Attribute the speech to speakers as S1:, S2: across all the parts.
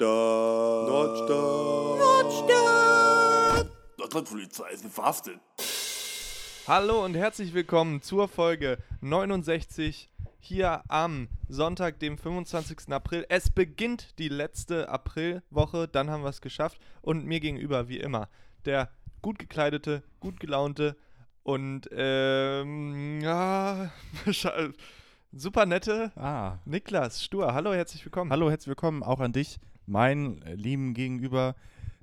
S1: Nordstadt. Nordstadt. Nordstadt.
S2: Nordrhein-Polizei ist verhaftet.
S3: Hallo und herzlich willkommen zur Folge 69 hier am Sonntag, dem 25. April. Es beginnt die letzte Aprilwoche, dann haben wir es geschafft. Und mir gegenüber, wie immer, der gut gekleidete, gut gelaunte und ähm, ja, super nette
S4: Ah,
S3: Niklas Stur. Hallo, herzlich willkommen.
S4: hallo, herzlich willkommen auch an dich, mein äh, lieben Gegenüber,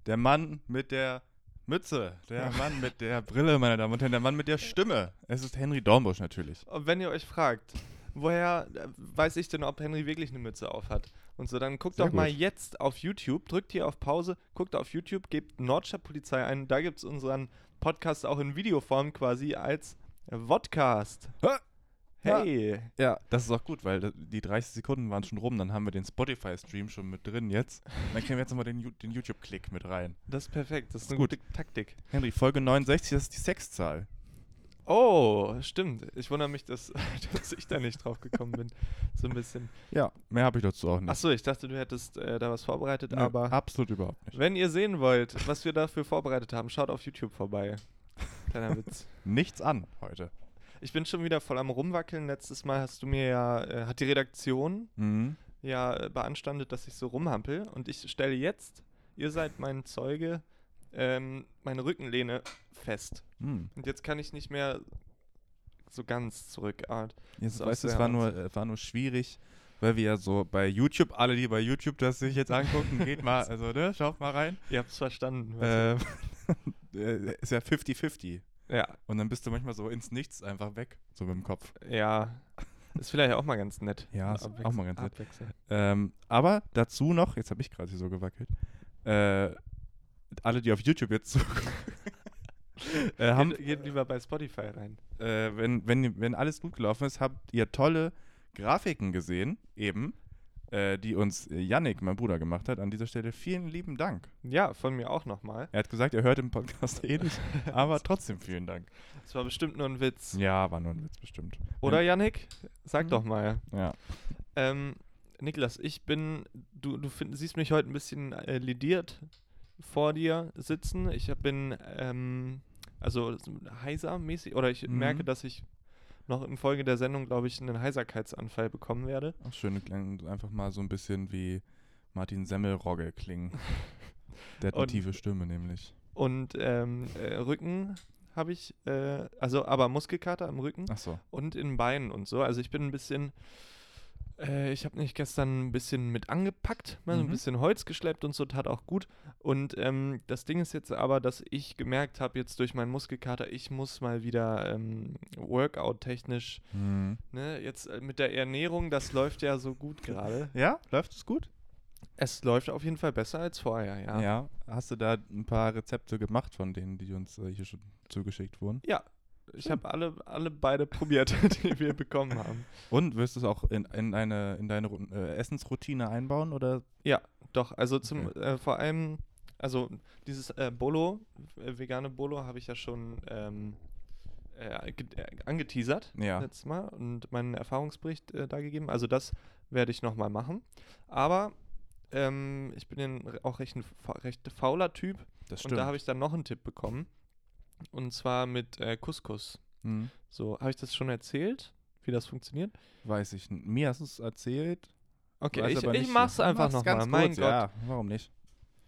S4: der Mann mit der Mütze, der Mann mit der Brille, meine Damen und Herren, der Mann mit der Stimme. Es ist Henry Dornbusch natürlich.
S3: Und wenn ihr euch fragt, woher äh, weiß ich denn, ob Henry wirklich eine Mütze auf hat? Und so, dann guckt
S4: Sehr
S3: doch mal
S4: gut.
S3: jetzt auf YouTube, drückt hier auf Pause, guckt auf YouTube, gebt Nordstadt Polizei ein. Da gibt es unseren Podcast auch in Videoform quasi als Vodcast.
S4: Ha!
S3: Hey,
S4: Ja, das ist auch gut, weil da- die 30 Sekunden waren schon rum, dann haben wir den Spotify-Stream schon mit drin jetzt. Dann kriegen wir jetzt nochmal den, Ju- den YouTube-Klick mit rein.
S3: das ist perfekt, das ist eine
S4: Gut.
S3: gute Taktik.
S4: Henry, Folge 69, das ist die Sechszahl.
S3: Oh, stimmt. Ich wundere mich, dass, dass ich da nicht drauf gekommen bin. So ein bisschen.
S4: Ja, mehr habe ich dazu auch nicht.
S3: Achso, ich dachte, du hättest äh, da was vorbereitet,
S4: Nö,
S3: aber
S4: Absolut überhaupt nicht.
S3: Wenn ihr sehen wollt, was wir dafür vorbereitet haben, schaut auf YouTube vorbei. Kleiner Witz.
S4: Nichts an heute.
S3: Ich bin schon wieder voll am Rumwackeln. Letztes Mal hast du mir ja, äh, hat die Redaktion
S4: Mhm.
S3: ja äh, beanstandet, dass ich so rumhampel. Und ich stelle jetzt, ihr seid mein Zeuge, ähm, meine Rückenlehne fest.
S4: Mhm.
S3: Und jetzt kann ich nicht mehr so ganz zurück. Ah,
S4: Jetzt
S3: Ist auch
S4: weißt du, es
S3: sehr
S4: war nur, äh, war nur schwierig, weil wir ja so bei YouTube, alle, die bei YouTube das sich jetzt angucken, geht mal, also ne, schaut mal rein.
S3: ihr habt's verstanden. Also, was
S4: Ähm, äh, ist ja 50-50.
S3: ich- ja,
S4: Und dann bist du manchmal so ins Nichts einfach weg, so mit dem Kopf.
S3: ja. Ist vielleicht auch mal ganz nett.
S4: Ja, ist auch mal ganz nett.
S3: Abwechseln.
S4: Ähm, aber dazu noch, jetzt habe ich gerade hier so gewackelt, äh, alle, die auf YouTube jetzt zugucken, äh, haben,
S3: Geht, geht lieber bei Spotify rein.
S4: äh, wenn, wenn, wenn alles gut gelaufen ist, habt ihr tolle Grafiken gesehen, eben, äh, die uns äh, Yannick, mein Bruder, gemacht hat. An dieser Stelle vielen lieben Dank.
S3: Ja, von mir auch nochmal.
S4: Er hat gesagt, er hört den Podcast eh nicht, aber trotzdem vielen Dank.
S3: Das war bestimmt nur ein Witz.
S4: Ja, war nur ein Witz bestimmt.
S3: Oder, Yannick? Sag doch mal.
S4: Ja.
S3: Ähm, Niklas, ich bin, du, du find, siehst mich heute ein bisschen äh, lidiert vor dir sitzen. Ich hab- bin, ähm, also so heiser mäßig, oder ich
S4: Mhm.
S3: merke, dass ich noch in Folge der Sendung, glaube ich, einen Heiserkeitsanfall bekommen werde.
S4: Auch schön, klang einfach mal so ein bisschen wie Martin Semmelrogge klingen. Der hat eine
S3: Und-
S4: tiefe Stimme nämlich.
S3: Und ähm, äh, Rücken habe ich, äh, also aber Muskelkater am Rücken.
S4: Ach so.
S3: und in Beinen und so. Also ich bin ein bisschen, äh, ich habe mich gestern ein bisschen mit angepackt, mal so ein
S4: Mhm.
S3: bisschen Holz geschleppt und so, tat auch gut. Und ähm, das Ding ist jetzt aber, dass ich gemerkt habe, jetzt durch meinen Muskelkater, ich muss mal wieder ähm, Workout-technisch,
S4: Hm.
S3: ne, jetzt äh, mit der Ernährung, das läuft ja so gut gerade.
S4: Ja, läuft es gut?
S3: Es läuft auf jeden Fall besser als vorher, ja.
S4: Ja. Hast du da ein paar Rezepte gemacht von denen, die uns äh, hier schon zugeschickt wurden? Hm.
S3: Ich habe alle, alle beide probiert, die wir bekommen haben.
S4: Und wirst du es auch in, in, eine, in deine Ru- äh, Essensroutine einbauen oder?
S3: Doch, also zum äh, vor allem, also dieses äh, Bolo, äh, vegane Bolo habe ich ja schon ähm, äh, ge- äh, angeteasert
S4: Ja.
S3: letztes Mal und meinen Erfahrungsbericht äh, dargegeben. Also das werde ich nochmal machen. Aber ähm, ich bin ja re- auch recht ein fa recht fauler Typ
S4: Das
S3: und da habe ich dann noch einen Tipp bekommen. Und zwar mit äh, Couscous.
S4: Hm,
S3: So, habe ich das schon erzählt, wie das funktioniert?
S4: weiß ich. n- Mir hast du es erzählt.
S3: Okay,
S4: weiß
S3: ich,
S4: aber
S3: ich
S4: nicht-
S3: mach's einfach
S4: Mach's
S3: nochmal.
S4: ganz
S3: Mein
S4: kurz,
S3: Gott.
S4: Ja, warum nicht?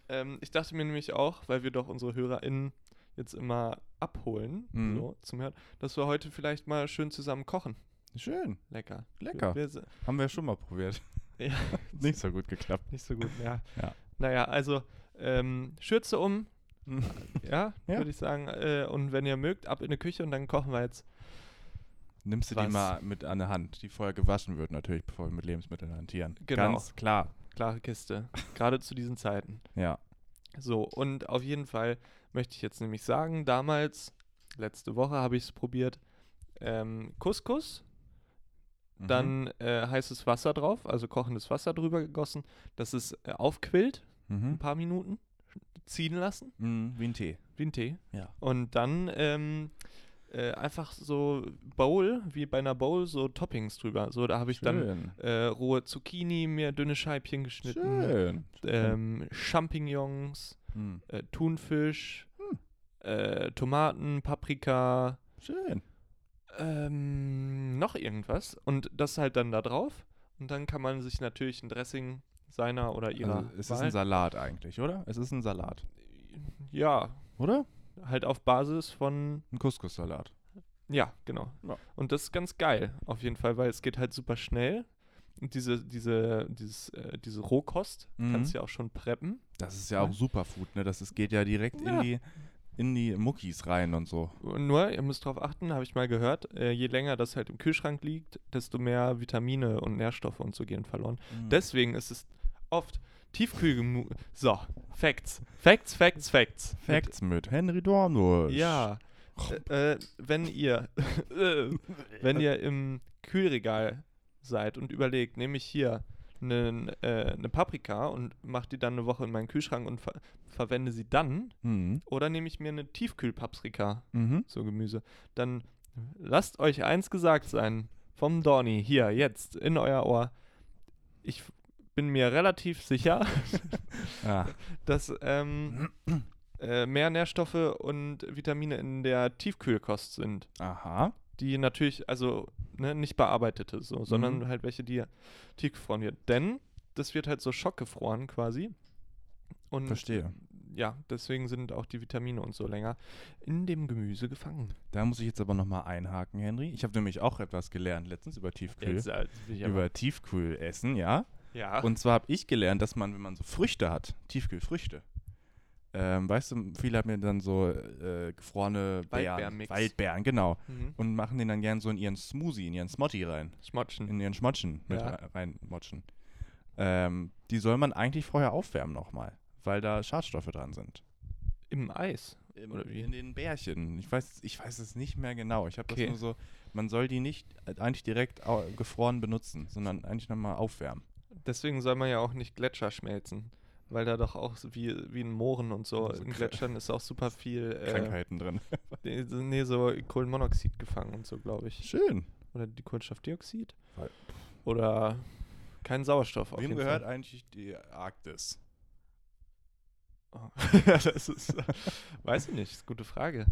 S3: Ähm, ich dachte mir nämlich auch, weil wir doch unsere HörerInnen jetzt immer abholen,
S4: Mhm.
S3: so zum Hören, dass wir heute vielleicht mal schön zusammen kochen.
S4: Schön,
S3: Lecker.
S4: lecker.
S3: Wir, wir, se-
S4: Haben wir schon mal probiert.
S3: Ja.
S4: nicht so gut geklappt.
S3: nicht so gut, ja.
S4: Ja.
S3: Naja, also ähm, Schürze um, ja,
S4: Ja.
S3: würde ich sagen. Äh, und wenn ihr mögt, ab in die Küche und dann kochen wir jetzt.
S4: Nimmst du
S3: Was?
S4: die mal mit an der Hand, die vorher gewaschen wird natürlich, bevor wir mit Lebensmitteln hantieren.
S3: Genau.
S4: Ganz klar.
S3: Klare Kiste, gerade zu diesen Zeiten.
S4: Ja.
S3: So, und auf jeden Fall möchte ich jetzt nämlich sagen, damals, letzte Woche habe ich es probiert, ähm, Couscous
S4: Mhm.
S3: dann äh, heißes Wasser drauf, also kochendes Wasser drüber gegossen, dass es äh, aufquillt, ein
S4: Mhm.
S3: paar Minuten, ziehen lassen,
S4: Mhm, wie ein Tee.
S3: wie ein Tee.
S4: Ja.
S3: Und dann ähm, äh, einfach so Bowl, wie bei einer Bowl, so Toppings drüber. So, da habe ich dann
S4: Schön.
S3: äh, rohe Zucchini, mir dünne Scheibchen geschnitten,
S4: Schön.
S3: ähm, Champignons,
S4: Hm.
S3: äh, Thunfisch, äh, Tomaten, Paprika,
S4: Schön. Mhm.
S3: ähm, noch irgendwas. Und das halt dann da drauf. Und dann kann man sich natürlich ein Dressing seiner oder ihrer.
S4: Also, es ist
S3: Wahl-
S4: ein Salat eigentlich, oder? Es ist ein Salat,
S3: ja,
S4: oder?
S3: halt auf Basis von
S4: Ein Couscous-Salat.
S3: Ja, genau.
S4: Ja.
S3: Und das ist ganz geil, auf jeden Fall, weil es geht halt super schnell. Und diese, diese, dieses, äh, diese Rohkost
S4: Mhm.
S3: kannst du ja auch schon preppen.
S4: Das ist ja auch Superfood, ne? Das ist, geht ja direkt
S3: Ja.
S4: in die in die Muckis rein und so.
S3: Nur, ihr müsst drauf achten, habe ich mal gehört, äh, je länger das halt im Kühlschrank liegt, desto mehr Vitamine und Nährstoffe und so gehen verloren. Deswegen ist es oft tiefkühl genug. So, Facts. Facts, Facts, Facts.
S4: Facts mit Henry Dornbusch.
S3: Ja. Äh, äh, wenn ihr äh, wenn ihr im Kühlregal seid und überlegt, nehme ich hier eine äh, ne Paprika und mache die dann eine Woche in meinen Kühlschrank und ver verwende sie dann
S4: Mhm.
S3: oder nehme ich mir eine Tiefkühlpaprika,
S4: Mhm.
S3: so Gemüse, dann lasst euch eins gesagt sein vom Dorni hier jetzt in euer Ohr. Ich bin mir relativ sicher,
S4: Ah,
S3: dass ähm, äh, mehr Nährstoffe und Vitamine in der Tiefkühlkost sind,
S4: aha.
S3: die natürlich, also ne, nicht bearbeitete, so, sondern halt welche, die tiefgefroren wird. Denn das wird halt so schockgefroren quasi. Und
S4: Verstehe.
S3: ja, deswegen sind auch die Vitamine und so länger in dem Gemüse gefangen.
S4: Da muss ich jetzt aber nochmal einhaken, Henry. Ich habe nämlich auch etwas gelernt letztens über Tiefkühl. über Tiefkühlessen, ja.
S3: ja.
S4: Und zwar habe ich gelernt, dass man, wenn man so Früchte hat, Tiefkühlfrüchte, ähm, weißt du, viele haben ja dann so äh, gefrorene Beeren,
S3: Waldbeermix.
S4: Waldbeeren, genau.
S3: mhm.
S4: Und machen den dann gern so in ihren Smoothie, in ihren Smotti rein,
S3: Schmatschen.
S4: in ihren Schmotschen mit
S3: Ja.
S4: rei- reinmotschen. Ähm, die soll man eigentlich vorher aufwärmen nochmal, weil da Schadstoffe dran sind.
S3: Im Eis. Oder wie?
S4: In den Bärchen. Ich weiß, ich weiß es nicht mehr genau. Ich habe
S3: Okay.
S4: das nur so, man soll die nicht äh, eigentlich direkt au- gefroren benutzen, sondern eigentlich nochmal aufwärmen.
S3: Deswegen soll man ja auch nicht Gletscher schmelzen. Weil da doch auch so wie, wie in Mooren und so,
S4: Also
S3: in
S4: Kra-
S3: Gletschern ist auch super viel äh,
S4: Krankheiten drin.
S3: Nee, so- nee, so Kohlenmonoxid gefangen und so, glaube ich.
S4: Schön.
S3: Oder die Kohlenstoffdioxid.
S4: Weil-
S3: Oder kein Sauerstoff auf
S4: Wem
S3: jeden
S4: gehört
S3: Fall.
S4: eigentlich die Arktis?
S3: das ist, äh, weiß ich nicht, ist eine gute Frage.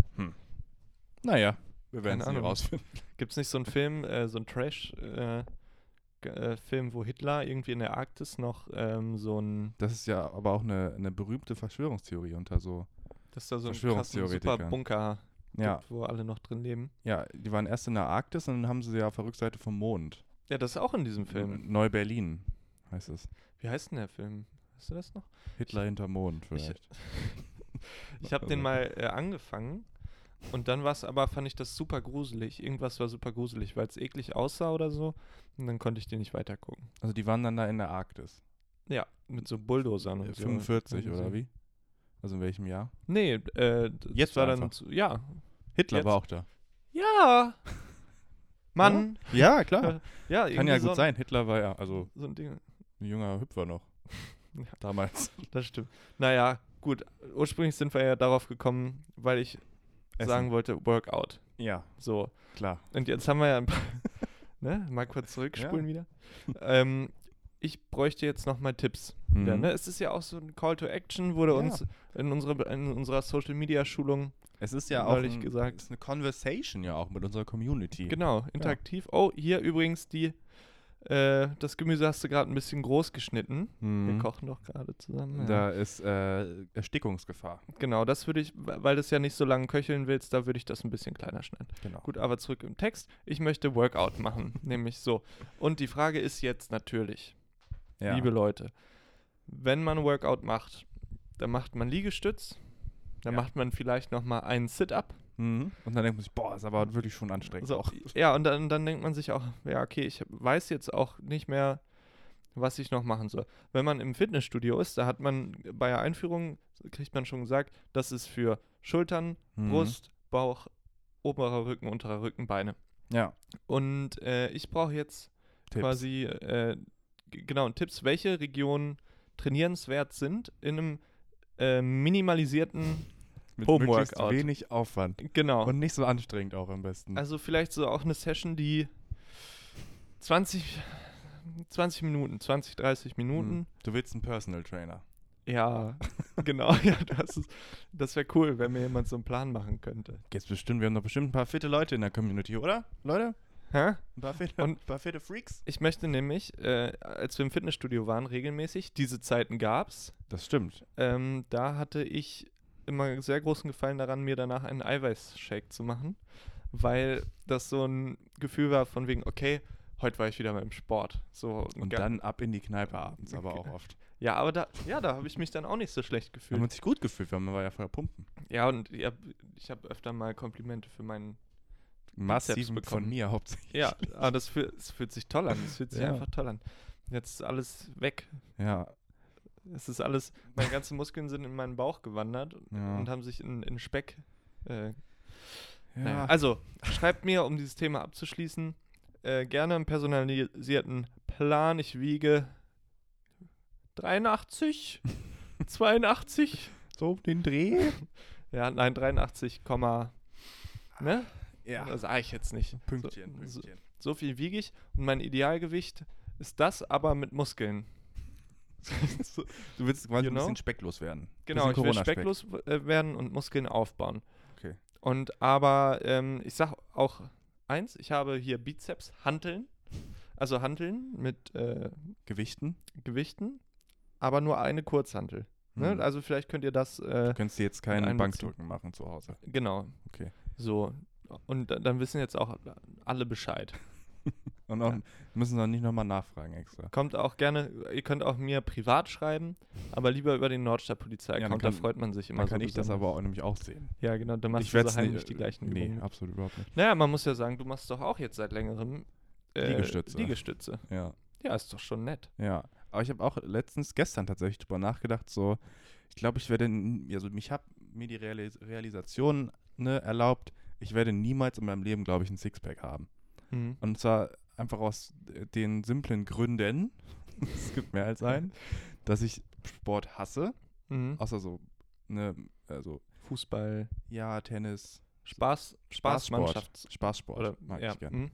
S4: Naja, wir
S3: Keine
S4: werden es nie
S3: Ahnung.
S4: rausfinden.
S3: Gibt es nicht so einen Film, äh, so einen Trash-Film, äh, ge- äh, Film, wo Hitler irgendwie in der Arktis noch ähm, so ein,
S4: Das ist ja aber auch eine, eine berühmte Verschwörungstheorie unter so.
S3: dass da so einen krassen
S4: Verschwörungstheoretiker.
S3: super Bunker
S4: Ja,
S3: gibt, wo alle noch drin leben?
S4: ja, die waren erst in der Arktis und dann haben sie ja auf der Rückseite vom Mond.
S3: Ja, das ist auch in diesem
S4: Mhm.
S3: Film.
S4: Neu-Berlin heißt es.
S3: Wie heißt denn der Film? Weißt du das noch?
S4: Hitler hinter Mond
S3: ich-
S4: vielleicht.
S3: Ich habe den mal äh, angefangen und dann war es aber, fand ich das super gruselig. Irgendwas war super gruselig, weil es eklig aussah oder so. Und dann konnte ich den nicht weitergucken.
S4: Also die waren dann da in der Arktis.
S3: Ja, mit so Bulldozern und
S4: Äh,
S3: so.
S4: 45
S3: Irgendwie so.
S4: oder wie? Also in welchem Jahr?
S3: Nee, äh, d-
S4: Jetzt
S3: das war
S4: war
S3: dann.
S4: einfach.
S3: Zu, ja.
S4: Hitler
S3: Jetzt-
S4: war auch da.
S3: Ja! Mann!
S4: Ja, klar.
S3: Ja,
S4: Kann ja
S3: irgendwie
S4: gut
S3: so ein,
S4: sein. Hitler war ja, also
S3: So ein Ding.
S4: ein junger Hüpfer noch.
S3: Ja.
S4: Damals.
S3: Das stimmt. Naja, gut. Ursprünglich sind wir ja darauf gekommen, weil ich
S4: Essen.
S3: sagen wollte: Workout.
S4: Ja,
S3: So.
S4: klar.
S3: Und jetzt haben wir ja ein paar, ne, mal kurz zurückspulen wieder. Ähm, ich bräuchte jetzt nochmal Tipps. Wieder,
S4: Mhm.
S3: ne? Es ist ja auch so ein Call to Action, wurde
S4: Ja.
S3: uns in, unsere, in unserer Social Media Schulung,
S4: Es ist ja auch
S3: Neulich
S4: ein,
S3: gesagt.
S4: Ist eine Conversation ja auch mit unserer Community.
S3: genau, interaktiv. Oh, hier übrigens die, äh, das Gemüse hast du gerade ein bisschen groß geschnitten. Wir
S4: Mhm.
S3: kochen doch gerade zusammen. ja.
S4: Da ist äh, Erstickungsgefahr.
S3: Genau, das würde ich, weil du es ja nicht so lange köcheln willst, da würde ich das ein bisschen kleiner schneiden.
S4: Genau.
S3: Gut, aber zurück im Text. Ich möchte Workout machen, nämlich so. Und die Frage ist jetzt natürlich,
S4: Ja.
S3: liebe Leute, wenn man Workout macht, dann macht man Liegestütz, dann
S4: Ja.
S3: macht man vielleicht nochmal einen Sit-Up.
S4: Mhm. Und dann denkt man sich, boah, ist aber wirklich schon anstrengend.
S3: So, ja, und dann, dann denkt man sich auch, ja, okay, ich weiß jetzt auch nicht mehr, was ich noch machen soll. Wenn man im Fitnessstudio ist, da hat man bei der Einführung, kriegt man schon gesagt, das ist für Schultern,
S4: Mhm.
S3: Brust, Bauch, oberer Rücken, unterer Rücken, Beine.
S4: Ja.
S3: Und äh, ich brauche jetzt
S4: Tipps.
S3: quasi, äh, g- genau, Tipps, welche Regionen trainierenswert sind in einem äh, minimalisierten
S4: Mit
S3: Homeworkout.
S4: möglichst wenig Aufwand.
S3: Genau.
S4: Und nicht so anstrengend auch am besten.
S3: also vielleicht so auch eine Session, die 20, 20 Minuten, 20, 30 Minuten.
S4: Hm. Du willst einen Personal Trainer.
S3: Ja, genau. Ja, das ist- das wäre cool, wenn mir jemand so einen Plan machen könnte.
S4: Gibt's bestimmt, wir haben doch bestimmt ein paar fitte Leute in der Community, oder? Leute?
S3: Hä?
S4: Ein paar fitte,
S3: Und-
S4: ein paar fitte Freaks?
S3: Ich möchte nämlich, äh, als wir im Fitnessstudio waren, regelmäßig, diese Zeiten gab's.
S4: Das stimmt.
S3: Ähm, da hatte ich immer sehr großen Gefallen daran, mir danach einen Eiweißshake zu machen, weil das so ein Gefühl war von wegen, okay, heute war ich wieder beim Sport. So
S4: Und
S3: ga-
S4: dann ab in die Kneipe abends, aber auch oft.
S3: ja, aber da, ja, da habe ich mich dann auch nicht so schlecht
S4: Wir haben
S3: gefühlt.
S4: uns nicht gut gefühlt, weil man war ja voll pumpen.
S3: Ja, und ich habe ich hab öfter mal Komplimente für meinen.
S4: Massiv von
S3: bekommen.
S4: mir hauptsächlich.
S3: Ja, aber das, fühl, es fühlt sich toll an. Es fühlt sich
S4: Ja.
S3: einfach toll an. Jetzt ist alles weg.
S4: Ja.
S3: Es ist alles, meine ganzen Muskeln sind in meinen Bauch gewandert
S4: Ja.
S3: und haben sich in, in Speck äh, Naja,
S4: ja.
S3: also, schreibt mir, um dieses Thema abzuschließen, äh, gerne einen personalisierten Plan. Ich wiege 83, 82.
S4: so um den Dreh.
S3: Ja, nein, 83, Komma, ne?
S4: Ah, Ja.
S3: Das sage ich jetzt nicht.
S4: Pünktchen,
S3: So, so,
S4: Pünktchen.
S3: so viel wiege ich und mein Idealgewicht ist das, aber mit Muskeln. So,
S4: Du willst quasi
S3: You
S4: ein bisschen
S3: know?
S4: specklos werden.
S3: genau, ich
S4: Bisschen
S3: will
S4: Corona-Speck.
S3: specklos w- äh, werden und Muskeln aufbauen.
S4: Okay.
S3: Und aber ähm, ich sag auch eins, ich habe hier Bizeps, Hanteln, also Hanteln mit äh,
S4: Gewichten.
S3: Gewichten, aber nur eine Kurzhantel. Ne?
S4: Hm.
S3: Also vielleicht könnt ihr das, äh,
S4: Du könntest dir jetzt keinen
S3: Einbeziehen.
S4: Bankdrücken machen zu Hause.
S3: genau.
S4: Okay.
S3: So. Und da- dann wissen jetzt auch alle Bescheid.
S4: Und auch,
S3: Ja.
S4: müssen dann nicht nochmal nachfragen extra.
S3: Kommt auch gerne, ihr könnt auch mir privat schreiben, aber lieber über den
S4: Ja, dann
S3: Nordstadt-Polizei-Account, da
S4: kann-
S3: freut man sich immer
S4: Dann
S3: so
S4: kann ich das
S3: besonders.
S4: aber auch nämlich auch sehen.
S3: Ja, genau, dann machst
S4: ich
S3: du
S4: werd's ne,
S3: so heimlich die gleichen
S4: Nee,
S3: Übungen.
S4: absolut überhaupt nicht.
S3: Naja, man muss ja sagen, du machst doch auch jetzt seit längerem äh,
S4: Liegestütze.
S3: Liegestütze.
S4: Ja.
S3: Ja, ist doch schon nett.
S4: Ja, aber ich habe auch letztens, gestern tatsächlich drüber nachgedacht, so, ich glaube, ich werde, n- also ich habe mir die Realis Realisation ne, erlaubt, ich werde niemals in meinem Leben, glaube ich, ein Sixpack haben.
S3: Mhm.
S4: Und zwar einfach aus äh, den simplen Gründen, es gibt mehr als einen, dass ich Sport hasse,
S3: Mhm.
S4: außer so, ne, also,
S3: Fußball,
S4: ja, Tennis,
S3: Spaß, Spaß,
S4: Spaßsport.
S3: Mannschafts-
S4: Spaßsport,
S3: Oder,
S4: mag
S3: ja,
S4: ich gern.
S3: mhm.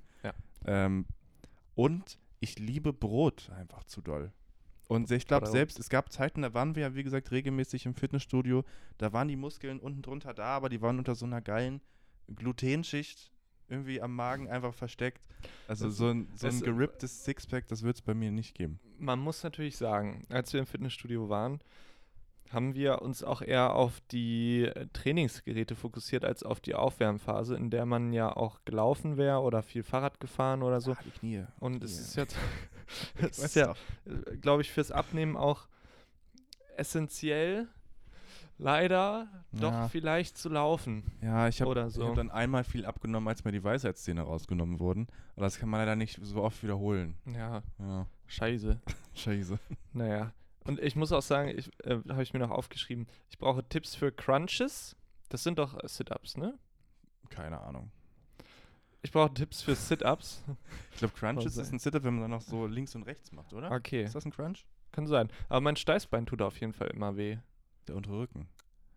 S4: Ähm, und ich liebe Brot einfach zu doll. Und ich glaube
S3: Brot.
S4: selbst, es gab Zeiten, da waren wir ja, wie gesagt, regelmäßig im Fitnessstudio. Da waren die Muskeln unten drunter da, aber die waren unter so einer geilen Glutenschicht irgendwie am Magen einfach versteckt. Also
S3: Das- äh,
S4: so ein, so ein
S3: das-
S4: geripptes Sixpack, das wird es bei mir nicht geben.
S3: Man muss natürlich sagen, als wir im Fitnessstudio waren, haben wir uns auch eher auf die äh, Trainingsgeräte fokussiert als auf die Aufwärmphase, in der man ja auch gelaufen wäre oder viel Fahrrad gefahren oder so.
S4: Ah, die Knie.
S3: Und es
S4: Knie.
S3: ist jetzt,
S4: Ich
S3: es
S4: weiß
S3: ist Also ja,
S4: doch.
S3: glaube äh, ich, fürs Abnehmen auch essentiell, leider doch
S4: Ja.
S3: vielleicht zu laufen.
S4: Ja, ich habe
S3: Oder
S4: ich
S3: so.
S4: hab dann einmal viel abgenommen, als mir die Weisheitszähne rausgenommen wurden. Aber das kann man leider nicht so oft wiederholen.
S3: Ja,
S4: Ja,
S3: scheiße.
S4: scheiße.
S3: Naja, und ich muss auch sagen, ich, äh, habe ich mir noch aufgeschrieben, ich brauche Tipps für Crunches. Das sind doch äh, Sit-Ups, ne?
S4: Keine Ahnung.
S3: Ich brauche Tipps für Sit-Ups.
S4: Ich glaube, Crunches
S3: sein.
S4: ist ein Sit-Up, wenn man dann noch so links und rechts macht, oder?
S3: Okay,
S4: Ist das ein Crunch?
S3: kann sein. Aber mein Steißbein tut auf jeden Fall immer weh.
S4: Der untere Rücken.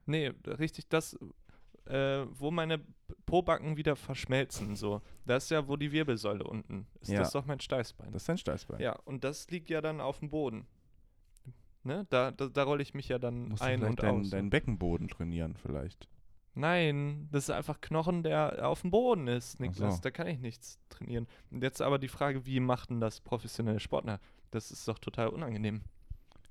S3: Nee, richtig das, äh, wo meine Pobacken wieder verschmelzen, so. Das ist ja, wo die Wirbelsäule unten ist.
S4: Ja.
S3: Das ist doch mein Steißbein.
S4: Das ist ein Steißbein.
S3: ja, und das liegt ja dann auf dem Boden. Ne? Da, da, da rolle ich mich ja dann
S4: Musst du
S3: ein
S4: vielleicht
S3: und
S4: deinen,
S3: aus.
S4: deinen Beckenboden trainieren vielleicht.
S3: Nein, das ist einfach Knochen, der auf dem Boden ist, Niklas.
S4: so.
S3: Da kann ich nichts trainieren. Und jetzt aber die Frage, wie macht denn das professionelle Sportler? Das ist doch total unangenehm.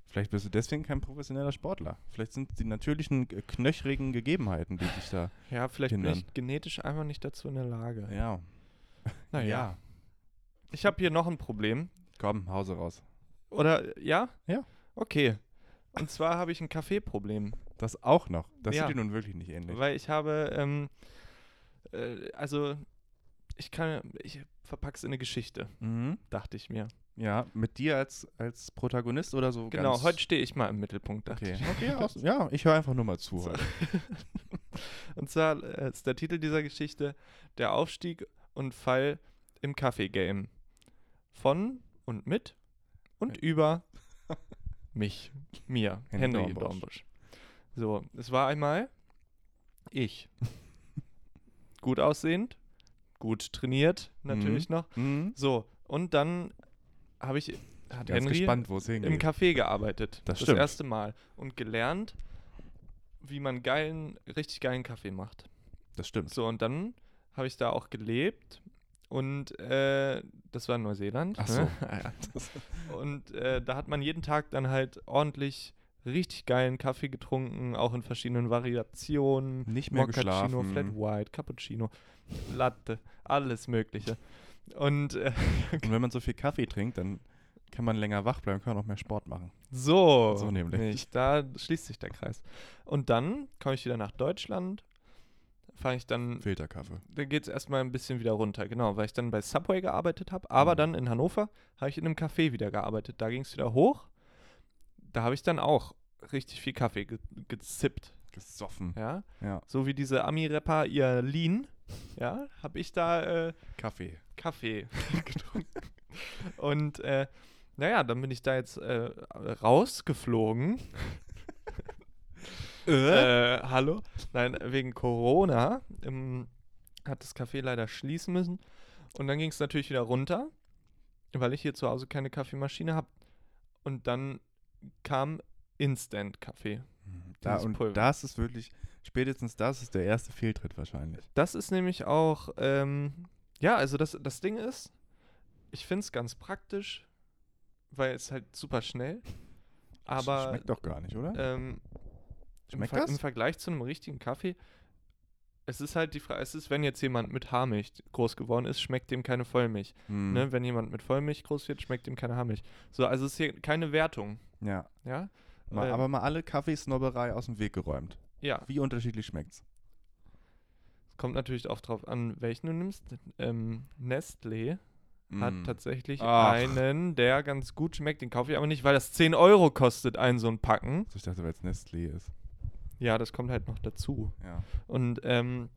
S4: Vielleicht bist du deswegen kein professioneller Sportler. Vielleicht sind es die natürlichen äh, knöchrigen Gegebenheiten, die dich da.
S3: Ja, vielleicht bin
S4: Kindern.
S3: ich genetisch einfach nicht dazu in der Lage.
S4: Ja.
S3: Naja. Ich habe hier noch ein Problem.
S4: Komm, Hause raus.
S3: Oder, ja?
S4: Ja.
S3: Okay. Und zwar habe ich ein Kaffeeproblem.
S4: Das auch noch. Das
S3: Ja.
S4: sieht dir nun wirklich nicht ähnlich.
S3: Weil ich habe, ähm, äh, also, ich kann, ich verpack's in eine Geschichte,
S4: Mhm.
S3: dachte ich mir.
S4: Ja, mit dir als, als Protagonist oder so
S3: Genau,
S4: ganz
S3: heute stehe ich mal im Mittelpunkt, dachte
S4: Okay.
S3: ich.
S4: okay aus, ja, ich höre einfach nur mal zu.
S3: So.
S4: heute.
S3: Und zwar äh, ist der Titel dieser Geschichte Der Aufstieg und Fall im Kaffee-Game. Von und mit und
S4: Äh.
S3: über mich, mir,
S4: Henry
S3: Henry
S4: Dornbusch.
S3: Dornbusch. So, es war einmal Ich. gut aussehend, gut trainiert, natürlich noch.
S4: Mhm.
S3: So, und dann habe ich hat
S4: Ganz
S3: Henry
S4: gespannt, wo es
S3: im
S4: hingeht.
S3: Café gearbeitet.
S4: Das stimmt.
S3: erste Mal. Und gelernt, wie man geilen, richtig geilen Kaffee macht.
S4: Das stimmt.
S3: So, und dann habe ich da auch gelebt. Und äh, das war in Neuseeland.
S4: Ach
S3: ne?
S4: so.
S3: Und äh, da hat man jeden Tag dann halt ordentlich richtig geilen Kaffee getrunken, auch in verschiedenen Variationen.
S4: Nicht mehr
S3: Moccacino,
S4: geschlafen.
S3: Flat White, Cappuccino, Latte, alles Mögliche. Und äh,
S4: Und wenn man so viel Kaffee trinkt, dann kann man länger wach bleiben, kann man auch mehr Sport machen.
S3: so,
S4: So nämlich.
S3: da schließt sich der Kreis. Und dann komme ich wieder nach Deutschland, fange ich dann
S4: Filterkaffee.
S3: da geht es erstmal ein bisschen wieder runter, genau, weil ich dann bei Subway gearbeitet habe, aber
S4: Mhm.
S3: dann in Hannover habe ich in einem Café wieder gearbeitet. Da ging es wieder hoch. Da habe ich dann auch richtig viel Kaffee ge gezippt,
S4: Gesoffen.
S3: ja.
S4: Ja.
S3: So wie diese Ami-Rapper ihr Lean, ja, habe ich da äh,
S4: Kaffee.
S3: Kaffee getrunken. Und äh, naja, dann bin ich da jetzt äh, rausgeflogen. Äh, hallo? Nein, wegen Corona ähm, hat das Café leider schließen müssen. Und dann ging es natürlich wieder runter, weil ich hier zu Hause keine Kaffeemaschine habe. Und dann kam Instant-Kaffee.
S4: Da,
S3: Dieses
S4: und
S3: Pulver.
S4: das ist wirklich, spätestens das ist der erste Fehltritt wahrscheinlich.
S3: Das ist nämlich auch, ähm, ja, also das, das Ding ist, ich finde es ganz praktisch, weil es halt super schnell.
S4: Sch-
S3: Aber
S4: Schmeckt doch gar nicht, oder?
S3: ähm, im,
S4: Schmeckt
S3: Ver
S4: das?
S3: im Vergleich zu einem richtigen Kaffee, es ist halt die Frage, es ist, wenn jetzt jemand mit Haarmilch groß geworden ist, schmeckt dem keine Vollmilch.
S4: Hm.
S3: Ne? Wenn jemand mit Vollmilch groß wird, schmeckt dem keine Haarmilch. So, also es ist hier keine Wertung,
S4: Ja.
S3: ja?
S4: Mal,
S3: Ähm,
S4: aber mal alle Kaffeesnobberei aus dem Weg geräumt.
S3: ja,
S4: Wie unterschiedlich schmeckt's?
S3: kommt natürlich auch drauf an, welchen du nimmst. Ähm, Nestlé hat
S4: Mm.
S3: tatsächlich
S4: Ach.
S3: einen, der ganz gut schmeckt. Den kaufe ich aber nicht, weil das 10 Euro kostet, einen so ein
S4: So,
S3: Packen.
S4: Also ich dachte, weil es Nestlé ist.
S3: Ja, das kommt halt noch dazu.
S4: Ja.
S3: Und ähm,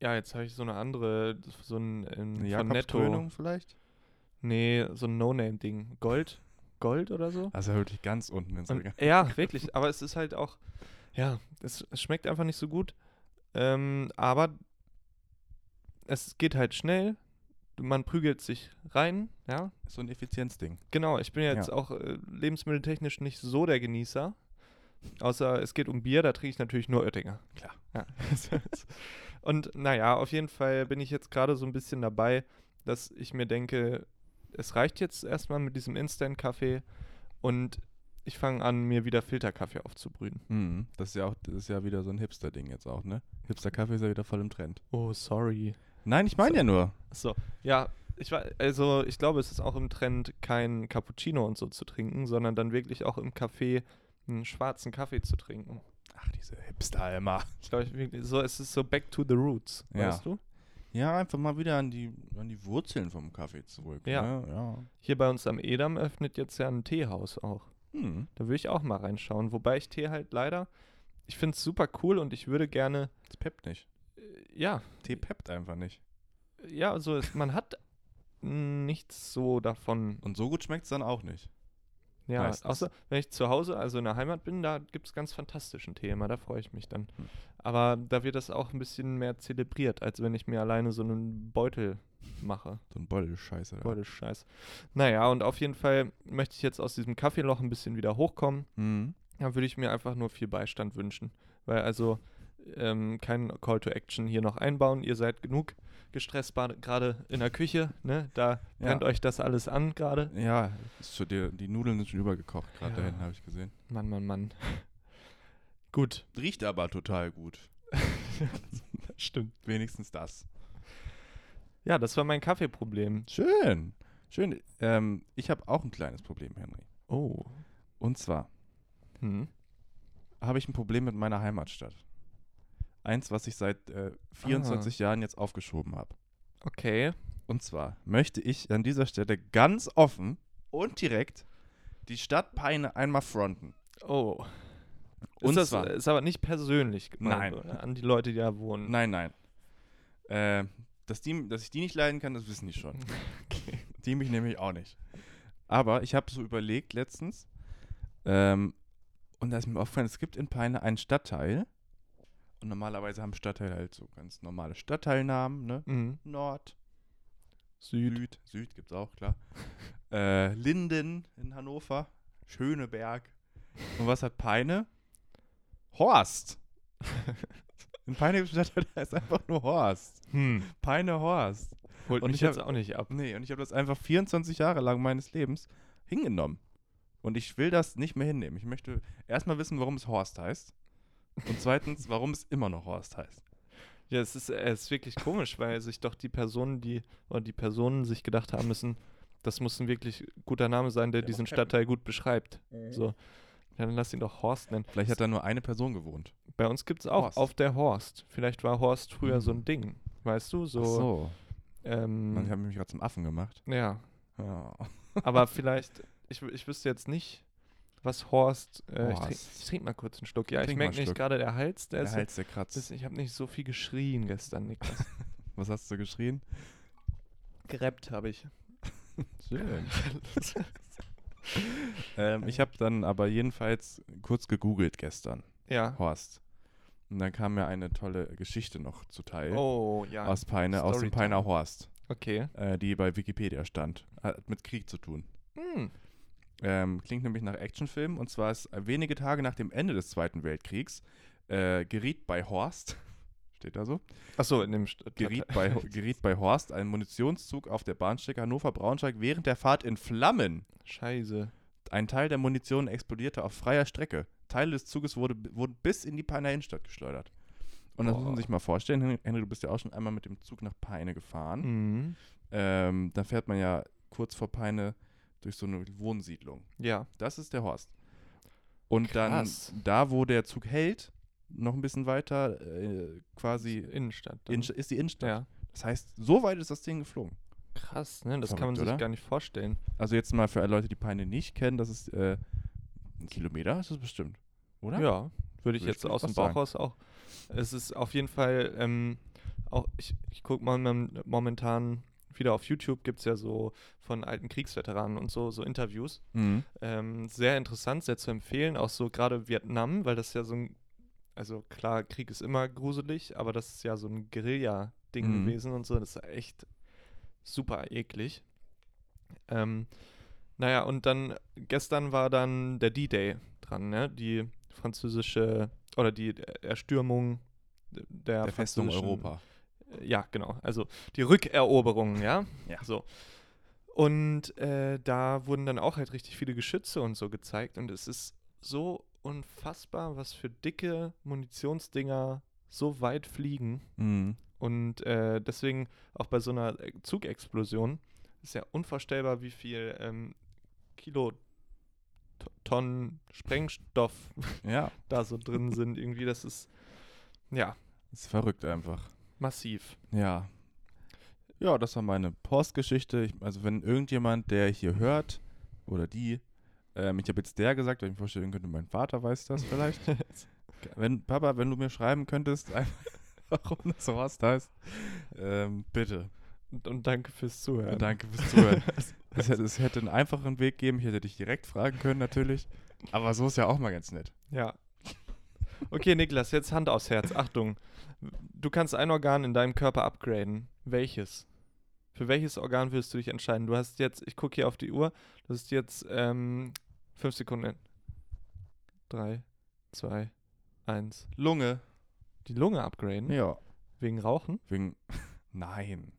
S3: ja, jetzt habe ich so eine andere, so ein ähm,
S4: Eine
S3: von Netto.
S4: Jakobskrönung vielleicht?
S3: Nee, so ein No-Name-Ding. Gold? Gold oder so?
S4: Also wirklich ganz unten ins
S3: Und,
S4: Regal.
S3: ja, wirklich. Aber es ist halt auch, ja, es, es schmeckt einfach nicht so gut. Ähm, aber es geht halt schnell. Man prügelt sich rein, ja.
S4: Ist so ein Effizienzding.
S3: Genau, ich bin ja jetzt
S4: Ja.
S3: auch äh, lebensmitteltechnisch nicht so der Genießer. Außer es geht um Bier, da trinke ich natürlich nur Oettinger.
S4: Klar.
S3: Ja. Und naja, auf jeden Fall bin ich jetzt gerade so ein bisschen dabei, dass ich mir denke, es reicht jetzt erstmal mit diesem Instant-Kaffee und ich fange an, mir wieder Filterkaffee aufzubrühen.
S4: Mhm. Das ist ja auch, das ist ja wieder so ein Hipster-Ding jetzt auch, ne? Hipster-Kaffee ist ja wieder voll im Trend.
S3: Oh, sorry.
S4: Nein, ich meine ja nur.
S3: So, ja, ich war, also ich glaube, es ist auch im Trend, kein Cappuccino und so zu trinken, sondern dann wirklich auch im Café einen schwarzen Kaffee zu trinken.
S4: Ach, diese Hipster immer.
S3: Ich glaube, ich, wirklich- so, es ist so back to the roots,
S4: Ja.
S3: weißt du?
S4: Ja, einfach mal wieder an die, an die Wurzeln vom Kaffee zurück.
S3: Ja.
S4: Ne? ja.
S3: Hier bei uns am Edam öffnet jetzt ja ein Teehaus auch.
S4: Hm.
S3: Da würde ich auch mal reinschauen. Wobei ich Tee halt leider, ich finde es super cool und ich würde gerne,
S4: Das peppt nicht.
S3: äh, ja,
S4: Tee peppt einfach nicht.
S3: ja, also es, man hat nichts so davon.
S4: Und so gut schmeckt es dann auch nicht.
S3: Ja,
S4: Meistens.
S3: außer wenn ich zu Hause, also in der Heimat bin, da gibt es ganz fantastischen Tee immer, da freue ich mich dann.
S4: Hm.
S3: Aber da wird das auch ein bisschen mehr zelebriert, als wenn ich mir alleine so einen Beutel mache.
S4: So ein Beutel Scheiße. Da.
S3: Beutel Scheiß. Naja, und auf jeden Fall möchte ich jetzt aus diesem Kaffeeloch ein bisschen wieder hochkommen.
S4: Mhm.
S3: Da würde ich mir einfach nur viel Beistand wünschen. Weil also ähm, kein Call to Action hier noch einbauen. Ihr seid genug gestresst ba- gerade in der Küche. Ne? Da
S4: Ja.
S3: brennt euch das alles an gerade.
S4: Ja, ist schon, die, die Nudeln sind schon übergekocht, gerade
S3: Ja.
S4: da hinten habe ich gesehen.
S3: Mann, Mann, Mann. Gut,
S4: Riecht aber total gut.
S3: stimmt.
S4: Wenigstens das.
S3: Ja, das war mein Kaffeeproblem.
S4: Schön. Schön. Ähm, ich habe auch ein kleines Problem, Henry.
S3: Oh.
S4: Und zwar
S3: Hm.
S4: habe ich ein Problem mit meiner Heimatstadt. Eins, was ich seit äh, 24
S3: Ah.
S4: Jahren jetzt aufgeschoben habe.
S3: Okay.
S4: Und zwar möchte ich an dieser Stelle ganz offen und direkt die Stadt Peine einmal fronten.
S3: Oh.
S4: Und
S3: ist das
S4: zwar-
S3: ist aber nicht persönlich
S4: Nein.
S3: gemeint oder? an die Leute, die da wohnen.
S4: Nein, nein. Äh, dass, die, dass ich die nicht leiden kann, das wissen die schon. Die mich nämlich auch nicht. Aber ich habe so überlegt letztens, ähm, und da ist mir aufgefallen, es gibt in Peine einen Stadtteil, Und normalerweise haben Stadtteile halt so ganz normale Stadtteilnamen, ne?
S3: Mhm.
S4: Nord,
S3: Süd.
S4: Süd, Süd gibt's auch, klar. äh, Linden in Hannover, Schöneberg. Und was hat Peine? Horst. In Peine gibt's einen Stadtteil, da ist einfach nur Horst.
S3: Hm.
S4: Peine Horst.
S3: Holt
S4: Und
S3: mich
S4: ich hab-
S3: jetzt auch nicht ab.
S4: Nee, und ich habe das einfach 24 Jahre lang meines Lebens hingenommen. Und ich will das nicht mehr hinnehmen. Ich möchte erstmal wissen, warum es Horst heißt. Und zweitens, warum es immer noch Horst heißt.
S3: Ja, es ist, äh, es ist wirklich komisch, weil sich doch die Personen, die oder die Personen sich gedacht haben müssen, das muss ein wirklich guter Name sein, der
S4: Der
S3: diesen
S4: macht Happy.
S3: Stadtteil gut beschreibt. So. Ja, dann lass ihn doch Horst nennen.
S4: Vielleicht hat da nur eine Person gewohnt.
S3: Bei uns gibt es auch
S4: Horst.
S3: auf der Horst. Vielleicht war Horst früher so ein
S4: Mhm.
S3: Ding. Weißt du, so.
S4: Ach so. Man, ich
S3: Ähm,
S4: habe mich gerade zum Affen gemacht.
S3: ja,
S4: Ja.
S3: aber vielleicht, ich, wü- ich wüsste jetzt nicht, was Horst. Äh, Ich trinke
S4: Horst.
S3: trink mal kurz einen Schluck. Ja, ich
S4: Trink mal
S3: merke
S4: einen
S3: nicht
S4: Schluck.
S3: gerade der Hals, der,
S4: Der
S3: ist.
S4: Hals, der
S3: Das,
S4: kratzt.
S3: ich habe nicht so viel geschrien gestern, Niklas.
S4: Was hast du geschrien?
S3: Gerappt habe ich.
S4: Schön. ähm, ich habe dann aber jedenfalls kurz gegoogelt gestern.
S3: Ja.
S4: Horst. Und dann kam mir eine tolle Geschichte noch zuteil.
S3: Oh, ja.
S4: Aus Peine, aus dem
S3: Storytime.
S4: Peiner Horst,
S3: Okay.
S4: äh, die bei Wikipedia stand. Hat mit Krieg zu tun.
S3: Hm.
S4: Ähm, klingt nämlich nach Actionfilm. Und zwar ist äh, wenige Tage nach dem Ende des Zweiten Weltkriegs äh, geriet bei Horst, steht da so,
S3: Achso, in dem St
S4: geriet bei, geriet bei Horst ein Munitionszug auf der Bahnstrecke Hannover-Braunschweig während der Fahrt in Flammen.
S3: Scheiße.
S4: Ein Teil der Munition explodierte auf freier Strecke. Teile des Zuges wurde, wurden bis in die Peiner Innenstadt geschleudert. Und das muss man
S3: Boah.
S4: sich mal vorstellen. Hen- Henry, du bist ja auch schon einmal mit dem Zug nach Peine gefahren.
S3: Mhm.
S4: Ähm, da fährt man ja kurz vor Peine durch so eine Wohnsiedlung.
S3: Ja.
S4: Das ist der Horst. Und
S3: Krass.
S4: dann, da wo der Zug hält, noch ein bisschen weiter, äh, quasi
S3: Innenstadt. dann.
S4: Innenst- ist die Innenstadt.
S3: ja.
S4: Das heißt, so weit ist das Ding geflogen.
S3: Krass, ne? Das kann man
S4: Verrückt,
S3: sich
S4: oder?
S3: gar nicht vorstellen.
S4: Also jetzt mal für alle Leute, die Peine nicht kennen, das ist äh, ein Kilometer, ist das bestimmt, oder?
S3: Ja, würde ich
S4: Würde ich
S3: jetzt
S4: fast
S3: aus dem
S4: sagen.
S3: Bauch raus auch. Es ist auf jeden Fall, ähm, auch ich, ich gucke mal mom- momentan wieder auf YouTube, gibt es ja so von alten Kriegsveteranen und so, so Interviews.
S4: Mhm.
S3: Ähm, sehr interessant, sehr zu empfehlen, auch so gerade Vietnam, weil das ja so ein, also klar, Krieg ist immer gruselig, aber das ist ja so ein Guerilla-Ding
S4: Mhm.
S3: gewesen und so, das ist echt super eklig. Ähm, naja, und dann gestern war dann der D-Day dran, ne? Die französische oder die äh, Erstürmung der,
S4: der Festung
S3: französischen-
S4: Europa.
S3: ja, genau. Also die Rückeroberung, ja.
S4: Ja.
S3: So. Und äh, da wurden dann auch halt richtig viele Geschütze und so gezeigt. Und es ist so unfassbar, was für dicke Munitionsdinger so weit fliegen.
S4: Mhm.
S3: Und äh, deswegen auch bei so einer äh, Zugexplosion ist ja unvorstellbar, wie viel ähm, Kilo, T- Tonnen Sprengstoff
S4: Ja,
S3: da so drin sind. Irgendwie, das ist ja
S4: ist verrückt einfach.
S3: massiv.
S4: Ja. Ja, das war meine Postgeschichte. Ich, also wenn irgendjemand, der hier hört, oder die, ähm, ich habe jetzt der gesagt, weil ich mir vorstellen könnte, mein Vater weiß das vielleicht. wenn, Papa, wenn du mir schreiben könntest, einfach, warum das Horst heißt, ähm, bitte.
S3: Und, und danke fürs Zuhören.
S4: Danke fürs Zuhören. es, hätte- es hätte einen einfachen Weg geben, ich hätte dich direkt fragen können natürlich. Aber so ist ja auch mal ganz nett.
S3: Ja. Okay, Niklas, jetzt Hand aufs Herz. Achtung. Du kannst ein Organ in deinem Körper upgraden. Welches? Für welches Organ würdest du dich entscheiden? Du hast jetzt, ich gucke hier auf die Uhr, das ist jetzt ähm, fünf Sekunden. Drei, zwei, eins.
S4: Lunge.
S3: Die Lunge upgraden?
S4: Ja.
S3: Wegen Rauchen?
S4: Wegen. Nein.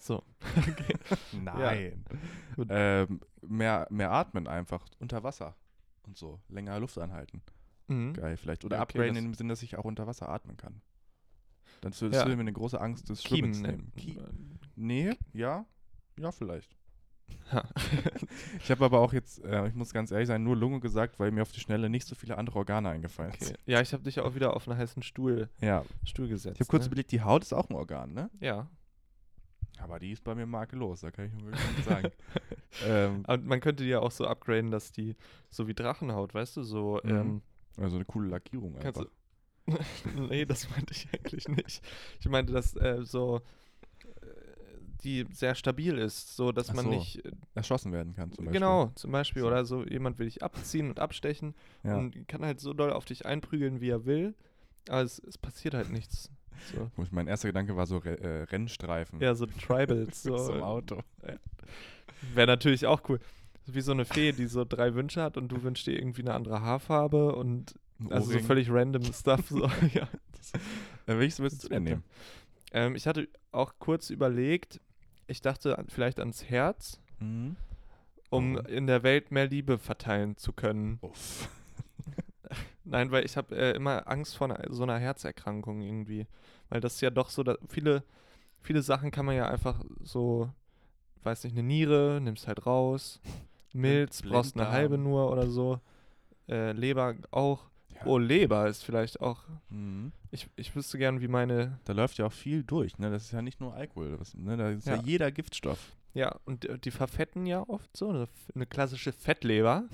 S3: So.
S4: Nein.
S3: Gut.
S4: Ähm, mehr, mehr atmen einfach unter Wasser und so. Länger Luft anhalten.
S3: Mhm.
S4: Geil, vielleicht. Oder
S3: Ja, okay,
S4: upgraden
S3: das-
S4: in dem Sinn, dass ich auch unter Wasser atmen kann. Dann das
S3: Ja.
S4: würde mir eine große Angst des
S3: Kiemen
S4: Schwimmens nehmen.
S3: nennen.
S4: Kie nee, ja. Ja, vielleicht.
S3: Ha.
S4: Ich habe aber auch jetzt, äh, ich muss ganz ehrlich sein, nur Lunge gesagt, weil mir auf die Schnelle nicht so viele andere Organe eingefallen
S3: Okay.
S4: sind.
S3: Ja, ich habe dich auch wieder auf einen heißen Stuhl,
S4: Ja,
S3: Stuhl gesetzt.
S4: ich habe kurz
S3: ne?
S4: überlegt, die Haut ist auch ein Organ, ne?
S3: Ja.
S4: Aber die ist bei mir makellos, da kann ich nur wirklich nichts sagen. ähm,
S3: Und man könnte die ja auch so upgraden, dass die so wie Drachenhaut, weißt du, so
S4: Mhm.
S3: ähm,
S4: also eine coole Lackierung einfach.
S3: Kannst du- nee, das meinte ich eigentlich nicht. Ich meinte, dass äh, so äh, die sehr stabil ist, so dass
S4: Ach
S3: man
S4: so,
S3: nicht äh,
S4: Erschossen werden kann zum Beispiel.
S3: genau zum Beispiel
S4: So.
S3: oder so jemand will dich abziehen und abstechen
S4: Ja.
S3: und kann halt so doll auf dich einprügeln, wie er will. Aber es, es passiert halt nichts. So.
S4: Wo ich- Mein erster Gedanke war so Re äh, Rennstreifen.
S3: Ja, so Tribals. So. äh,
S4: Zum Auto.
S3: Wäre natürlich auch cool. Wie so eine Fee, die so drei Wünsche hat und du wünschst dir irgendwie eine andere Haarfarbe und
S4: Ein
S3: also so
S4: Ohrring.
S3: völlig random Stuff. So. ja.
S4: Äh, welches willst du denn nehmen?
S3: ähm, ich hatte auch kurz überlegt, ich dachte an, vielleicht ans Herz,
S4: Mhm.
S3: um
S4: Warum?
S3: in der Welt mehr Liebe verteilen zu können.
S4: Uff.
S3: Nein, weil ich habe äh, immer Angst vor einer, so einer Herzerkrankung irgendwie. Weil das ist ja doch so, da viele, viele Sachen kann man ja einfach so, weiß nicht, eine Niere, nimmst halt raus, Milz,
S4: Blind-
S3: brauchst eine halbe
S4: Blinddarm.
S3: nur oder so, äh, Leber auch.
S4: Ja.
S3: Oh, Leber ist vielleicht auch.
S4: Mhm.
S3: Ich, ich wüsste gern, wie meine.
S4: Da läuft ja auch viel durch, ne? Das ist ja nicht nur Alkohol, was, ne? Da ist ja.
S3: Ja.
S4: jeder Giftstoff.
S3: Ja, und äh, die verfetten ja oft so, eine, eine klassische Fettleber.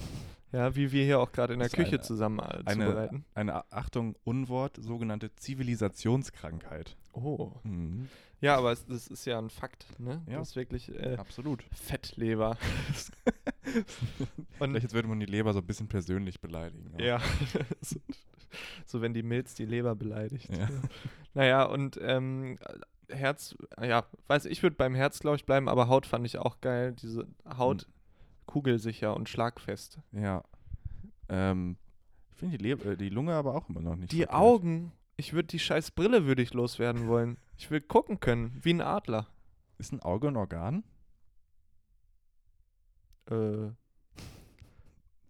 S3: Ja, wie wir hier auch gerade in der
S4: Ist
S3: Küche
S4: eine-
S3: zusammen äh,
S4: Eine,
S3: zubereiten.
S4: eine A- Achtung, Unwort, sogenannte Zivilisationskrankheit.
S3: Oh.
S4: Mhm.
S3: Ja, aber es, das ist ja ein Fakt, ne?
S4: Ja.
S3: Das ist wirklich. Äh,
S4: Absolut.
S3: Fettleber.
S4: Vielleicht
S3: Und
S4: jetzt würde man die Leber so ein bisschen persönlich beleidigen. aber-
S3: ja, so, so wenn die Milz die Leber beleidigt.
S4: Ja.
S3: Naja, und ähm, Herz, ja, weiß ich würde beim Herz, glaube ich, bleiben, aber Haut fand ich auch geil. Diese Haut
S4: Hm.
S3: kugelsicher und schlagfest.
S4: Ja. Ähm, ich finde die, Leber- äh, die Lunge aber auch immer noch nicht.
S3: Die
S4: verkehrt.
S3: Augen, ich würde die scheiß Brille würde ich loswerden wollen. Ich will gucken können, wie ein Adler.
S4: Ist ein Auge ein Organ?
S3: Äh.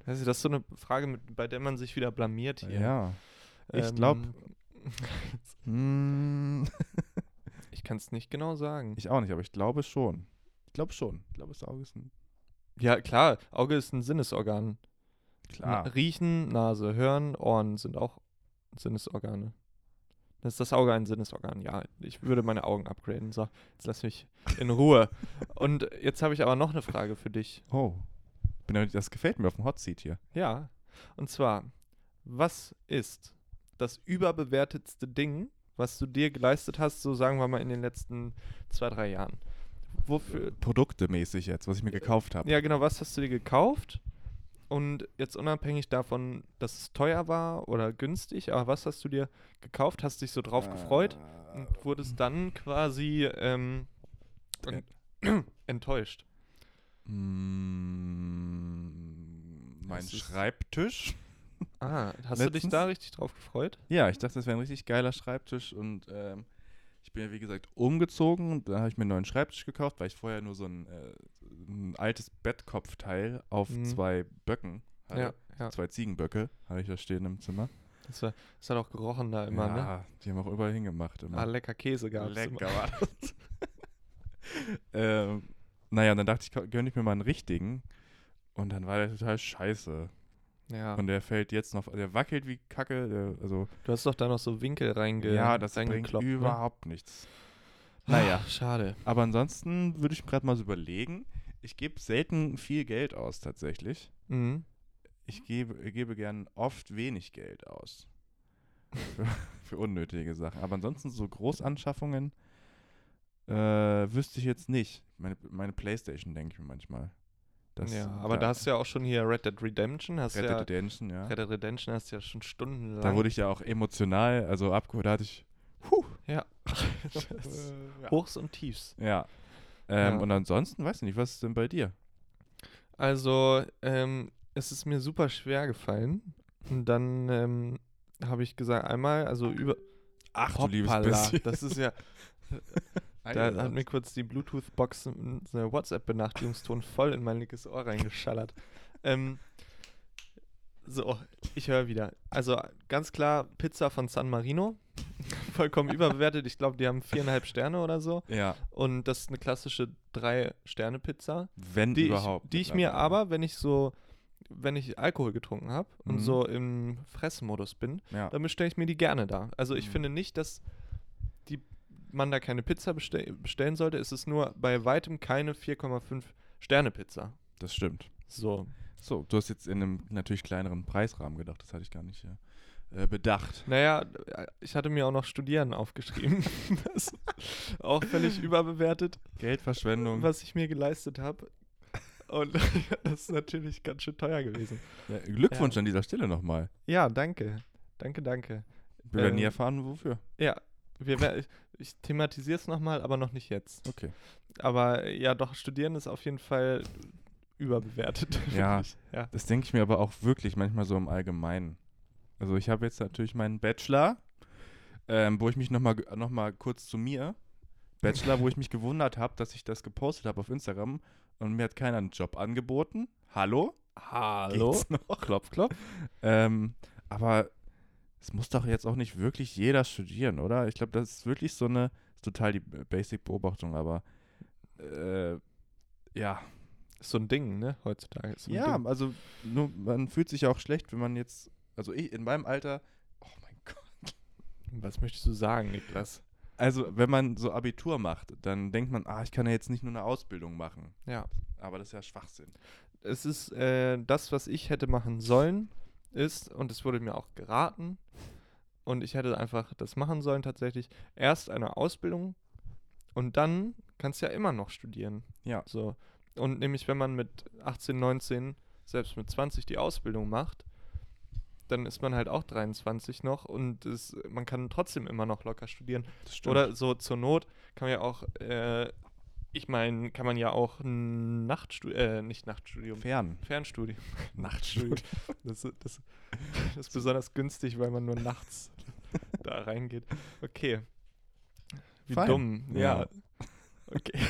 S3: Also das ist so eine Frage, mit, bei der man sich wieder blamiert hier.
S4: Ja. ich glaub-
S3: Ähm,
S4: Hm,
S3: Ich kann es nicht genau sagen.
S4: ich auch nicht, aber ich glaube schon. Ich glaube schon. Ich glaube, das Auge ist ein.
S3: Ja, klar, Auge ist ein Sinnesorgan. Na,
S4: Klar.
S3: Riechen, Nase, Hören, Ohren sind auch Sinnesorgane. Dann ist das Auge ein Sinnesorgan? Ja, ich würde meine Augen upgraden. So, jetzt lass mich in Ruhe. Und jetzt habe ich aber noch eine Frage für dich.
S4: Oh. Bin ja- Das gefällt mir auf dem Hot Seat hier.
S3: Ja, und zwar, was ist das überbewertetste Ding, was du dir geleistet hast, so sagen wir mal in den letzten zwei, drei Jahren? Wofür,
S4: Produktemäßig jetzt, was ich mir gekauft habe.
S3: Ja, genau, was hast du dir gekauft? Und jetzt unabhängig davon, dass es teuer war oder günstig, aber was hast du dir gekauft, hast dich so drauf
S4: Äh,
S3: gefreut und
S4: hm.
S3: wurdest dann quasi ähm,
S4: Ä-
S3: ent- enttäuscht.
S4: Mm, Hm. Mein
S3: Das ist-
S4: Schreibtisch.
S3: Ah, hast du dich
S4: Letztens-
S3: da richtig drauf gefreut?
S4: Ja, ich dachte, das wäre ein richtig geiler Schreibtisch und ähm, ich bin ja wie gesagt umgezogen und da habe ich mir einen neuen Schreibtisch gekauft, weil ich vorher nur so ein, äh, ein altes Bettkopfteil auf
S3: Mhm.
S4: zwei Böcken hatte.
S3: Ja, ja.
S4: Zwei Ziegenböcke hatte ich da stehen im Zimmer.
S3: Das, war, das hat auch gerochen da immer, ne?
S4: ja, die haben auch überall hingemacht. Immer.
S3: Ah, lecker Käse gab's
S4: Lecker
S3: immer.
S4: war das. ähm, naja, und dann dachte ich, ko- gönn ich mir mal einen richtigen. Und dann war der total scheiße.
S3: Ja.
S4: Und der fällt jetzt noch, der wackelt wie Kacke. Der, also,
S3: Du hast doch da noch so Winkel reinge
S4: ja, das bringt
S3: reingekloppt. ne?
S4: überhaupt nichts. Naja,
S3: Ach, schade.
S4: aber ansonsten würde ich mir gerade mal so überlegen. Ich gebe selten viel Geld aus, tatsächlich.
S3: Mhm.
S4: Ich gebe, gebe gern oft wenig Geld aus. Für, für unnötige Sachen. Aber ansonsten so Großanschaffungen äh, wüsste ich jetzt nicht. Meine, meine Playstation denke ich mir manchmal. Das-
S3: ja, aber da hast du ja auch schon hier Red Dead Redemption, hast
S4: Red
S3: ja
S4: Dead Redemption, ja.
S3: Red Dead Redemption hast du ja schon stundenlang.
S4: Da wurde ich ja auch emotional, also abgeholt, da hatte ich Oh,
S3: ja. Hochs und Tiefs.
S4: Ja. Ähm,
S3: äh, Ja.
S4: Und ansonsten, weiß ich nicht, was ist denn bei dir?
S3: Also, ähm, es ist mir super schwer gefallen. Und dann ähm, habe ich gesagt, einmal, also über.
S4: Ach,
S3: das ist ja. Da hat mir kurz die Bluetooth-Box n- eine WhatsApp-Benachrichtigungston voll in mein linkes Ohr reingeschallert. ähm, so, ich höre wieder. Also ganz klar Pizza von San Marino. Vollkommen überbewertet. Ich glaube, die haben viereinhalb Sterne oder so.
S4: ja,
S3: Und das ist eine klassische Drei-Sterne-Pizza,
S4: wenn
S3: die, ich,
S4: überhaupt.
S3: die ich mir
S4: mittlerweile.
S3: aber, wenn ich so, wenn ich Alkohol getrunken habe und
S4: Mhm.
S3: so im Fressmodus bin,
S4: Ja.
S3: dann bestelle ich mir die gerne da. Also ich
S4: Mhm.
S3: finde nicht, dass die, man da keine Pizza bestell, bestellen sollte. Es ist nur bei weitem keine 4,5 Sterne-Pizza.
S4: Das stimmt.
S3: So.
S4: So, du hast jetzt in einem natürlich kleineren Preisrahmen gedacht, das hatte ich gar nicht äh, äh, bedacht.
S3: Naja, ich hatte mir auch noch Studieren aufgeschrieben. das ist auch völlig überbewertet.
S4: Geldverschwendung.
S3: was ich mir geleistet habe. Und das ist natürlich ganz schön teuer gewesen.
S4: Ja, Glückwunsch an dieser Stelle nochmal.
S3: Ja, danke. Danke, danke.
S4: Ich will ja
S3: Ähm,
S4: nie erfahren, wofür.
S3: Ja, wir, wer- ich thematisiere es nochmal, aber noch nicht jetzt.
S4: Okay.
S3: Aber äh, ja, doch, Studieren ist auf jeden Fall überbewertet. finde
S4: Ja.
S3: ich. ja.
S4: Das denke ich mir aber auch wirklich manchmal so im Allgemeinen. Also ich habe jetzt natürlich meinen Bachelor, ähm, wo ich mich nochmal noch mal kurz zu mir, Bachelor, wo ich mich gewundert habe, dass ich das gepostet habe auf Instagram und mir hat keiner einen Job angeboten. Hallo?
S3: Hallo?
S4: Geht's noch? Klopf, klopf. ähm, aber es muss doch jetzt auch nicht wirklich jeder studieren, oder? Ich glaube, das ist wirklich so eine, ist total die Basic-Beobachtung, aber äh, ja.
S3: Ist so ein Ding, ne? Heutzutage ist so ein
S4: Ja,
S3: Ding.
S4: also nur, man fühlt sich auch schlecht, wenn man jetzt, also ich in meinem Alter, oh mein Gott.
S3: Was möchtest du sagen, Niklas?
S4: Also wenn man so Abitur macht, dann denkt man, ah, ich kann ja jetzt nicht nur eine Ausbildung machen.
S3: Ja.
S4: Aber das ist ja Schwachsinn.
S3: es ist äh, das, was ich hätte machen sollen, ist, und es wurde mir auch geraten, und ich hätte einfach das machen sollen tatsächlich, erst eine Ausbildung und dann kannst du ja immer noch studieren.
S4: Ja.
S3: So. Und nämlich, wenn man mit 18, 19, selbst mit 20 die Ausbildung macht, dann ist man halt auch 23 noch und es, man kann trotzdem immer noch locker studieren.
S4: Das
S3: Oder so zur Not kann man ja auch, äh, ich meine, kann man ja auch ein Nachtstudium, äh, nicht Nachtstudium,
S4: Fern.
S3: Fernstudium.
S4: Nachtstudium.
S3: Das, ist- das, das ist besonders günstig, weil man nur nachts da reingeht. Okay. Wie
S4: Fein.
S3: dumm. Ja.
S4: Ja.
S3: Okay.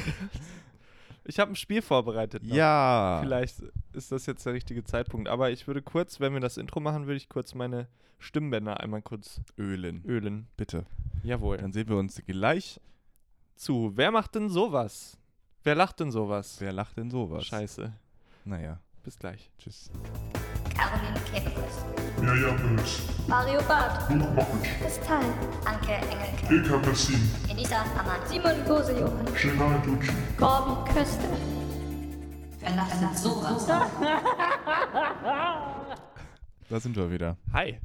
S3: Ich habe ein Spiel vorbereitet. noch.
S4: Ja.
S3: Vielleicht ist das jetzt der richtige Zeitpunkt. Aber ich würde kurz, wenn wir das Intro machen, würde ich kurz meine Stimmbänder einmal kurz
S4: Ölen.
S3: ölen.
S4: Bitte.
S3: Jawohl.
S4: Dann sehen wir uns gleich.
S3: Zu. Wer macht denn sowas? Wer lacht denn sowas?
S4: Wer lacht denn sowas?
S3: Scheiße.
S4: Naja.
S3: Bis gleich.
S4: Tschüss.
S5: Caroline Kebekus,
S1: Mirjam Bös,
S5: Mario Barth,
S1: Luke Mockridge,
S5: Kristall, Anke Engelke,
S1: Ilka Messin,
S5: Elisa Ammann, Simon Gosejohann,
S1: Gerard Ducci.
S5: Corby Köster. Verlassen sowas.
S4: Da sind wir wieder.
S3: Hi.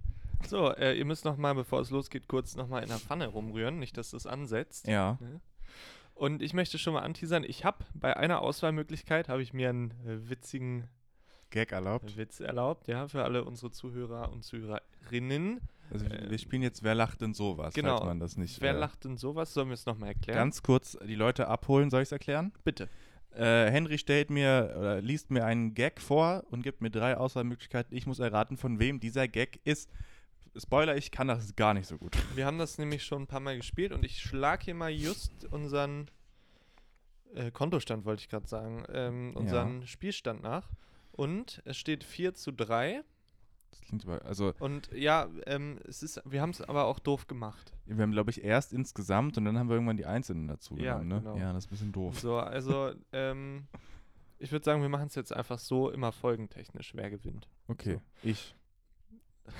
S3: So, äh, ihr müsst nochmal, bevor es losgeht, kurz nochmal in der Pfanne rumrühren, nicht, dass das ansetzt.
S4: Ja.
S3: Und ich möchte schon mal anteasern, ich habe bei einer Auswahlmöglichkeit, habe ich mir einen äh, witzigen äh,
S4: Gag erlaubt.
S3: Witz erlaubt, ja, für alle unsere Zuhörer und Zuhörerinnen.
S4: Also wir-
S3: Ähm,
S4: wir spielen jetzt Wer lacht denn sowas,
S3: genau.
S4: falls man das nicht.
S3: Wer
S4: äh,
S3: lacht denn sowas? Sollen wir es nochmal erklären?
S4: Ganz kurz die Leute abholen, soll ich es erklären?
S3: bitte.
S4: Äh, Henry stellt mir oder liest mir einen Gag vor und gibt mir drei Auswahlmöglichkeiten. Ich muss erraten, von wem dieser Gag ist. Spoiler, ich kann das gar nicht so gut.
S3: Wir haben das nämlich schon ein paar Mal gespielt und ich schlage hier mal just unseren äh, Kontostand, wollte ich gerade sagen, ähm, unseren Spielstand nach. Und es steht 4 zu 3.
S4: Das klingt aber, also
S3: Und ja, ähm, es ist, wir haben es aber auch doof gemacht.
S4: wir haben, glaube ich, erst insgesamt und dann haben wir irgendwann die Einzelnen dazu
S3: Ja,
S4: genommen, ne?
S3: genau.
S4: Ja, das ist ein bisschen doof.
S3: So, also, ähm, ich würde sagen, wir machen es jetzt einfach so immer folgentechnisch, wer gewinnt.
S4: Okay, ich.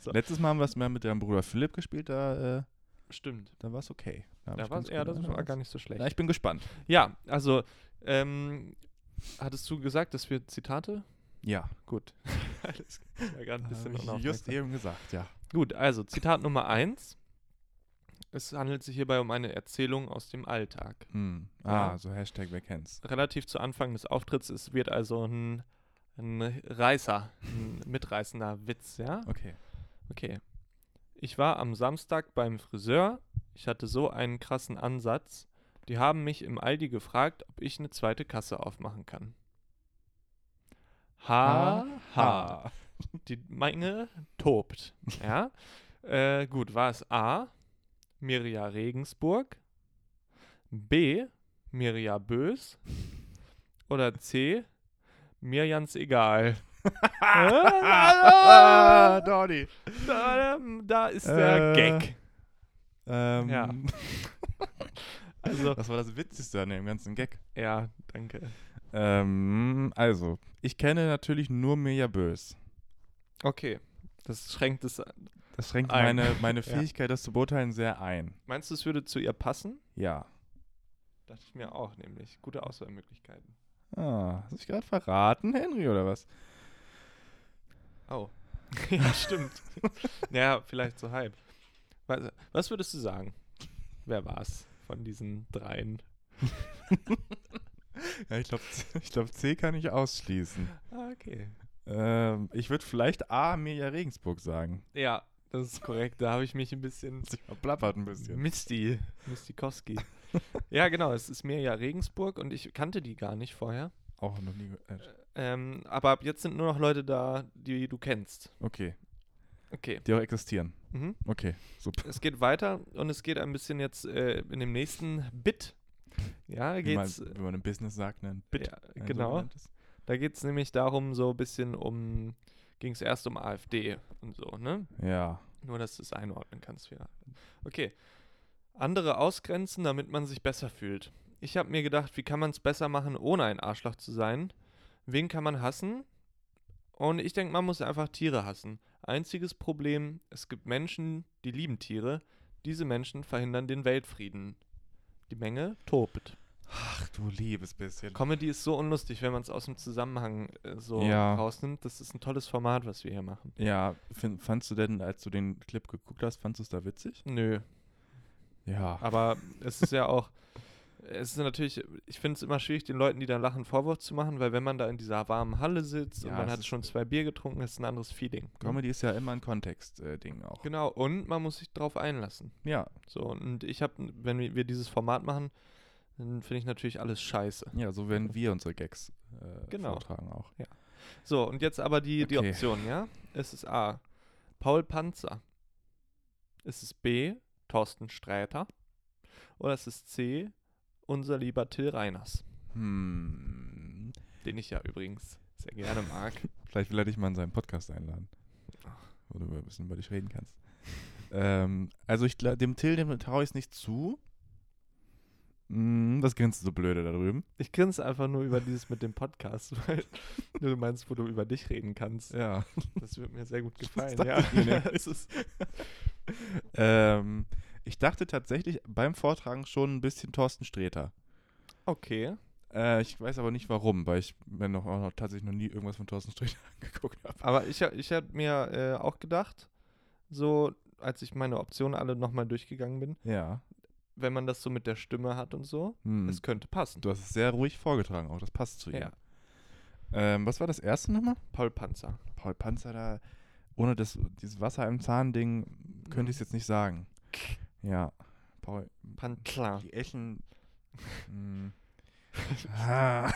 S3: So.
S4: Letztes Mal haben wir es mal mit deinem Bruder Philipp gespielt, da, äh,
S3: Stimmt.
S4: da war es okay. Da hab
S3: Da
S4: ich
S3: war's,
S4: ganz
S3: ja,
S4: gut
S3: das war
S4: angepasst.
S3: gar nicht so schlecht.
S4: Na, ich bin gespannt.
S3: Ja, also, ähm, hattest du gesagt, dass wir Zitate?
S4: Ja,
S3: Gut. Alles klar, ich war gerade ein bisschen
S4: hab ich Äh, just
S3: unaufmerksam.
S4: eben gesagt, ja.
S3: Gut, also Zitat Nummer 1. Es handelt sich hierbei um eine Erzählung aus dem Alltag.
S4: Hm. Ah,
S3: Ja.
S4: so Hashtag, wer kennt's.
S3: relativ zu Anfang des Auftritts. Es wird also ein, ein Reißer, ein mitreißender Witz, ja?
S4: Okay.
S3: Okay. Ich war am Samstag beim Friseur. Ich hatte so einen krassen Ansatz. Die haben mich im Aldi gefragt, ob ich eine zweite Kasse aufmachen kann. Ha, ha. Die Menge tobt. Ja. äh, gut, war es A. Mirja Regensburg. B. Mirja Bös. Oder C. Mirjans egal. Äh,
S4: Ah,
S3: Ah,
S4: Donny.
S3: da, ähm, da ist der
S4: Äh.
S3: Gag.
S4: Ähm,
S3: Ja. Also,
S4: Das war das Witzigste an dem ganzen Gag.
S3: ja, danke.
S4: Ähm, also, ich kenne natürlich nur Mirja Bös.
S3: Okay, das schränkt es.
S4: Das schränkt
S3: Ein.
S4: meine, meine
S3: Ja.
S4: Fähigkeit, das zu beurteilen, sehr ein.
S3: Meinst du, es würde zu ihr passen?
S4: Ja.
S3: Dachte ich mir auch, nämlich. Gute Auswahlmöglichkeiten.
S4: Ah, hast du dich gerade verraten, Henry, oder was?
S3: Oh. ja, stimmt. ja, vielleicht so halb. Was, was würdest du sagen? Wer war's von diesen dreien?
S4: Ja, ich glaube, ich glaub, C kann ich ausschließen.
S3: Ah, okay.
S4: Ähm, ich würde vielleicht A, Mirja Regensburg sagen.
S3: Ja, Das ist korrekt, da habe ich mich ein bisschen
S4: Plappert ein bisschen.
S3: Misty, Mistikowski. ja, genau, es ist mir ja Regensburg und ich kannte die gar nicht vorher.
S4: Auch noch nie äh, gehört.
S3: Ähm, aber ab jetzt sind nur noch Leute da, die du kennst.
S4: Okay.
S3: Okay.
S4: Die auch existieren.
S3: Mhm.
S4: Okay, super.
S3: Es geht weiter und es geht ein bisschen jetzt äh, in dem nächsten Bit. Ja,
S4: Wie man,
S3: geht's.
S4: wenn man im Business sagt, ne? ein Bit.
S3: Ja,
S4: ein
S3: genau.
S4: sogenanntes.
S3: Da geht's nämlich darum, so ein bisschen um, ging es erst um AfD und so, ne?
S4: Ja.
S3: Nur, dass du es einordnen kannst wieder. Okay. Andere ausgrenzen, damit man sich besser fühlt. Ich habe mir gedacht, wie kann man es besser machen, ohne ein Arschloch zu sein? Wen kann man hassen? Und ich denke, man muss einfach Tiere hassen. Einziges Problem, es gibt Menschen, die lieben Tiere. Diese Menschen verhindern den Weltfrieden. Die Menge tobt.
S4: Ach du liebes bisschen.
S3: Comedy ist so unlustig, wenn man es aus dem Zusammenhang äh, so
S4: Ja.
S3: rausnimmt. Das ist ein tolles Format, was wir hier machen.
S4: Ja, fin- fandst du denn, als du den Clip geguckt hast, fandst du es da witzig?
S3: Nö,
S4: Ja.
S3: Aber es ist ja auch, es ist natürlich, ich finde es immer schwierig, den Leuten, die da lachen, Vorwurf zu machen, weil wenn man da in dieser warmen Halle sitzt und
S4: Ja,
S3: man
S4: es
S3: hat
S4: ist-
S3: schon zwei Bier getrunken, ist ein anderes Feeling.
S4: Comedy ist ja immer ein Kontext-Ding auch.
S3: Genau, und man muss sich drauf einlassen.
S4: Ja,
S3: So, und ich habe, wenn wir wir dieses Format machen, dann finde ich natürlich alles scheiße.
S4: ja, so werden wir unsere Gags äh,
S3: Genau.
S4: vortragen auch.
S3: So, und jetzt aber die, die
S4: Okay.
S3: Option, ja? Es ist A, Paul Panzer. Es ist B, Thorsten Sträter. Oder es ist C, unser lieber Till Reiners.
S4: Hm.
S3: Den ich ja übrigens sehr gerne mag.
S4: Vielleicht will er dich mal in seinen Podcast einladen. Wo du ein bisschen über dich reden kannst. ähm, also ich gla- dem Till, dem traue ich es nicht zu. Hm, das grinst so blöde da drüben.
S3: Ich grinse einfach nur über dieses mit dem Podcast, weil du meinst, wo du über dich reden kannst.
S4: Ja.
S3: Das wird mir sehr gut gefallen,
S4: dachte
S3: ja.
S4: ich mir nämlich.
S3: es ist,
S4: ähm, ich dachte tatsächlich beim Vortragen schon ein bisschen Thorsten Sträter.
S3: okay.
S4: Äh, ich weiß aber nicht warum, weil ich mir noch, auch noch tatsächlich noch nie irgendwas von Thorsten Sträter angeguckt habe.
S3: Aber ich, hab- ich habe mir äh, auch gedacht, so als ich meine Optionen alle nochmal durchgegangen bin,
S4: Ja.
S3: wenn man das so mit der Stimme hat und so,
S4: Hm.
S3: es könnte passen.
S4: Du hast es sehr ruhig vorgetragen, auch das passt zu ihm.
S3: Ja,
S4: Ähm, was war das erste nochmal?
S3: Paul Panzer.
S4: Paul Panzer da, ohne das, dieses Wasser im Zahn-Ding, könnte ich es
S3: Mhm.
S4: jetzt nicht sagen. Ja, Paul,
S3: Panzer.
S4: die Echen. mm. Ah.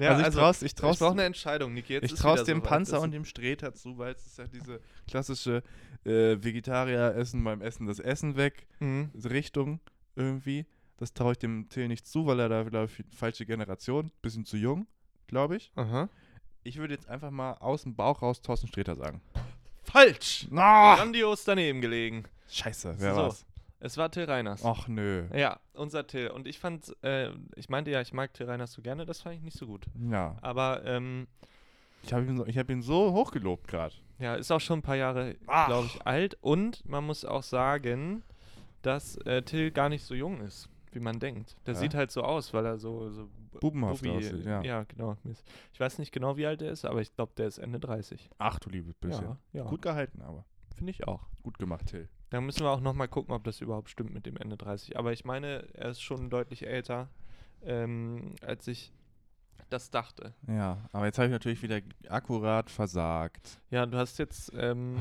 S3: Ja,
S4: also ich
S3: also,
S4: trau's, ich
S3: Ich brauche
S4: trau's,
S3: eine Entscheidung, Niki. Jetzt
S4: ich
S3: ist
S4: trau's
S3: wieder
S4: dem
S3: soweit.
S4: Panzer
S3: Das-
S4: und dem Sträter zu, weil es ist ja diese klassische äh, Vegetarier-Essen beim Essen das Essen weg
S3: Mhm.
S4: Richtung irgendwie. Das traue ich dem Till nicht zu, weil er da wieder für die falsche Generation, bisschen zu jung, glaube ich.
S3: Aha.
S4: Ich würde jetzt einfach mal aus dem Bauch raus Thorsten Sträter sagen.
S3: Falsch!
S4: Na!
S3: Grandios daneben gelegen.
S4: Scheiße, wer
S3: So.
S4: war's?
S3: Es war Till Reiners.
S4: Ach nö.
S3: Ja, unser Till. Und ich fand, äh, ich meinte ja, ich mag Till Reiners so gerne, das fand ich nicht so gut.
S4: Ja.
S3: Aber ähm,
S4: Ich habe ihn, so, ich hab ihn so hochgelobt gerade.
S3: ja, ist auch schon ein paar Jahre,
S4: Ach.
S3: glaube ich, alt. Und man muss auch sagen, dass äh, Till gar nicht so jung ist, wie man denkt. Der
S4: Hä?
S3: sieht halt so aus, weil er so, so
S4: Bubenhaft
S3: Bubi-
S4: aussieht, ja.
S3: ja, genau. Ich weiß nicht genau, wie alt er ist, aber ich glaube, der ist Ende 30.
S4: Ach du liebes bisschen.
S3: Ja, ja.
S4: Gut gehalten, aber.
S3: Finde ich auch.
S4: Gut gemacht, Till.
S3: Da müssen wir auch nochmal gucken, ob das überhaupt stimmt mit dem Ende 30. Aber ich meine, er ist schon deutlich älter, ähm, als ich das dachte.
S4: Ja, aber jetzt habe ich natürlich wieder akkurat versagt.
S3: Ja, du hast jetzt, ähm,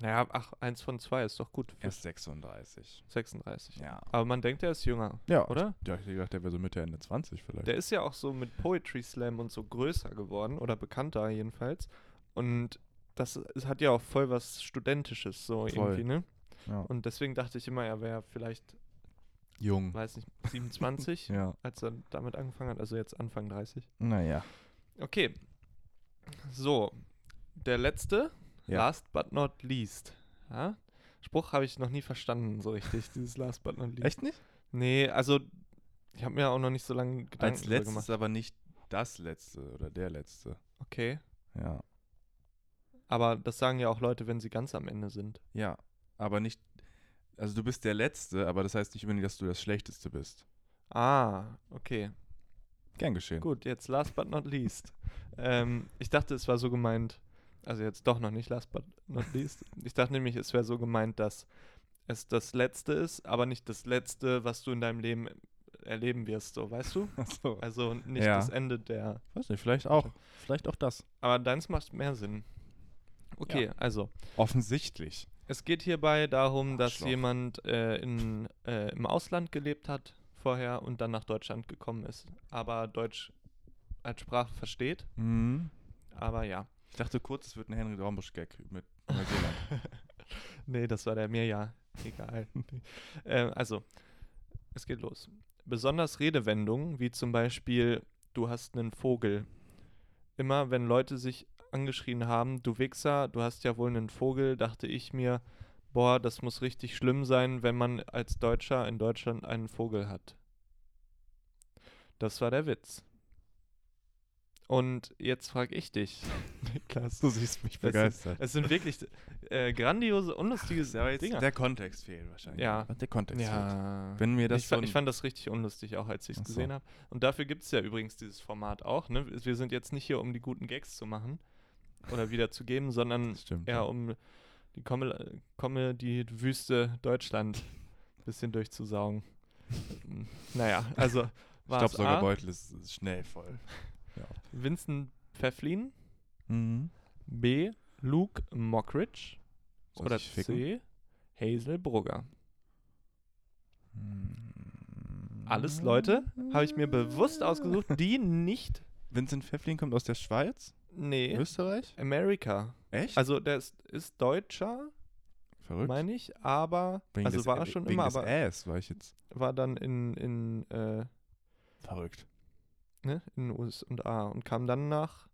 S3: naja, ach, eins von zwei ist doch gut für
S4: Oh, Er ist 36.
S3: 36.
S4: Ja.
S3: Aber man denkt, er ist jünger.
S4: Ja,
S3: Oder?
S4: Ich, ja, ich hätte gedacht, der wäre so Mitte, Ende 20 vielleicht.
S3: Der ist ja auch so mit Poetry Slam und so größer geworden oder bekannter jedenfalls. Und das ist, hat ja auch voll was Studentisches so
S4: Voll.
S3: irgendwie, ne?
S4: Ja.
S3: Und deswegen dachte ich immer, er wäre vielleicht,
S4: Jung.
S3: weiß nicht, 27,
S4: Ja.
S3: als er damit angefangen hat, also jetzt Anfang 30.
S4: Naja.
S3: Okay. So, der letzte,
S4: Ja.
S3: last but not least. Ja? Spruch habe ich noch nie verstanden so richtig, dieses last but not least.
S4: Echt nicht?
S3: Nee, also ich habe mir auch noch nicht so lange Gedanken
S4: Als
S3: drüber
S4: letztes,
S3: gemacht.
S4: aber nicht das letzte oder der letzte.
S3: Okay,
S4: Ja.
S3: aber das sagen ja auch Leute, wenn sie ganz am Ende sind.
S4: Ja. Aber nicht. Also du bist der Letzte, aber das heißt nicht unbedingt, dass du das Schlechteste bist.
S3: Ah, okay.
S4: Gern geschehen.
S3: Gut, jetzt last but not least. ähm, ich dachte, es war so gemeint, also jetzt doch noch nicht last but not least. Ich dachte nämlich, es wäre so gemeint, dass es das Letzte ist, aber nicht das Letzte, was du in deinem Leben erleben wirst, so, weißt du?
S4: Achso.
S3: Also nicht
S4: Ja.
S3: das Ende der
S4: Weiß nicht, vielleicht auch. Vielleicht auch das.
S3: Aber deins macht mehr Sinn. Okay, also.
S4: Offensichtlich.
S3: Es geht hierbei darum, dass
S4: Arschloch.
S3: jemand äh, in, äh, im Ausland gelebt hat vorher und dann nach Deutschland gekommen ist, aber Deutsch als Sprache versteht.
S4: Mhm.
S3: Aber ja.
S4: Ich dachte kurz, es wird ein Henry Dornbusch-Gag mit Neuseeland.
S3: Nee, das war der mir ja. Egal. äh, also, es geht los. Besonders Redewendungen, wie zum Beispiel, du hast einen Vogel. Immer wenn Leute sich angeschrien haben, du Wichser, du hast ja wohl einen Vogel, dachte ich mir, boah, das muss richtig schlimm sein, wenn man als Deutscher in Deutschland einen Vogel hat. Das war der Witz. Und jetzt frage ich dich, Niklas.
S4: du siehst mich
S3: begeistert. Es sind wirklich äh, grandiose, unlustige
S4: Der, jetzt,
S3: Dinger.
S4: der Kontext fehlt wahrscheinlich.
S3: Ja.
S4: Der Kontext fehlt.
S3: ja.
S4: Wenn mir das
S3: ich, fa
S4: schon-
S3: ich fand das richtig unlustig, auch als ich es
S4: Ach so.
S3: gesehen habe. Und dafür gibt es ja übrigens dieses Format auch. Ne? Wir sind jetzt nicht hier, um die guten Gags zu machen oder wiederzugeben, sondern
S4: Das stimmt, ja.
S3: eher um die Comel- Comedy-Wüste Deutschland ein bisschen durchzusaugen. Hm, naja, also
S4: Ich
S3: war
S4: glaube,
S3: es A,
S4: sogar Beutel ist, ist schnell voll.
S3: Vincent Pfefflin,
S4: Mhm.
S3: B, Luke Mockridge
S4: Soll
S3: oder
S4: ich ficken?
S3: C, Hazel Brugger. Alles Leute habe ich mir bewusst ausgesucht, die nicht.
S4: Vincent Pfefflin kommt aus der Schweiz,
S3: Nee.
S4: Österreich.
S3: Amerika.
S4: Echt?
S3: Also der ist, ist Deutscher,
S4: Verrückt.
S3: meine ich, aber
S4: Wegen
S3: also
S4: des-
S3: war
S4: äh,
S3: er schon
S4: wegen
S3: immer,
S4: des
S3: aber
S4: Ass war ich jetzt.
S3: war dann in in äh,
S4: Verrückt.
S3: ne, in US und A und kam dann nach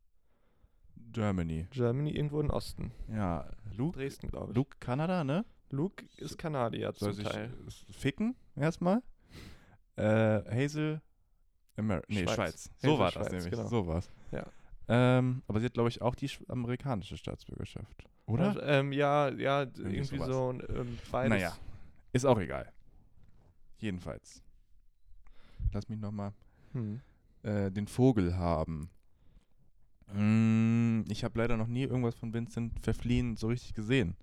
S4: Germany.
S3: Germany irgendwo in den Osten.
S4: Ja, Luke,
S3: Dresden, glaube ich. Luke,
S4: Luke Kanada, ne?
S3: ist Kanadier
S4: Soll
S3: zum
S4: sich
S3: Teil.
S4: äh, ficken erstmal. Äh, Hazel Amer nee,
S3: Schweiz.
S4: Schweiz.
S3: Hazel
S4: So war
S3: Schweiz,
S4: das nämlich.
S3: genau.
S4: So war's.
S3: Ja.
S4: Ähm, aber sie hat, glaube ich, auch die sch- amerikanische Staatsbürgerschaft. Oder?
S3: Also, ähm, ja, ja, d-
S4: Irgendwie
S3: irgendwie
S4: sowas.
S3: so ein, ähm, beides.
S4: Naja, ist auch egal. Jedenfalls. Lass mich nochmal
S3: Hm.
S4: äh, den Vogel haben. Mm, ich habe leider noch nie irgendwas von Vincent Verfliehen so richtig gesehen.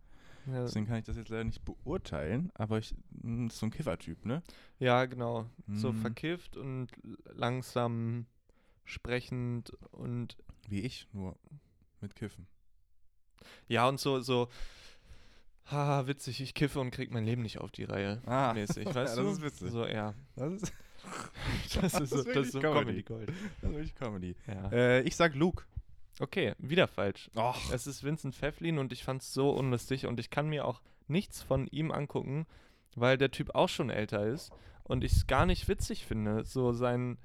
S3: Ja,
S4: Deswegen kann ich das jetzt leider nicht beurteilen, aber ich mm, ist so ein Kiffertyp, ne?
S3: ja, genau. So
S4: Mhm.
S3: verkifft und l- langsam sprechend und
S4: Wie ich, nur mit Kiffen.
S3: ja und so so haha, witzig, ich kiffe und krieg mein Leben nicht auf die Reihe.
S4: Ah,
S3: mäßig, weißt
S4: ja,
S3: du?
S4: Das ist witzig.
S3: So, ja.
S4: Also, Das, ist, Das
S3: Das ist so,
S4: ist
S3: das
S4: wirklich
S3: ist so
S4: Comedy.
S3: Comedy Gold.
S4: das ist wirklich Comedy.
S3: Ja.
S4: Äh, ich sag Luke. Äh,
S3: Okay, wieder falsch.
S4: Och,
S3: Es ist Vincent Pfefflin und ich fand's so unlustig und ich kann mir auch nichts von ihm angucken, weil der Typ auch schon älter ist und ich es gar nicht witzig finde. So sein.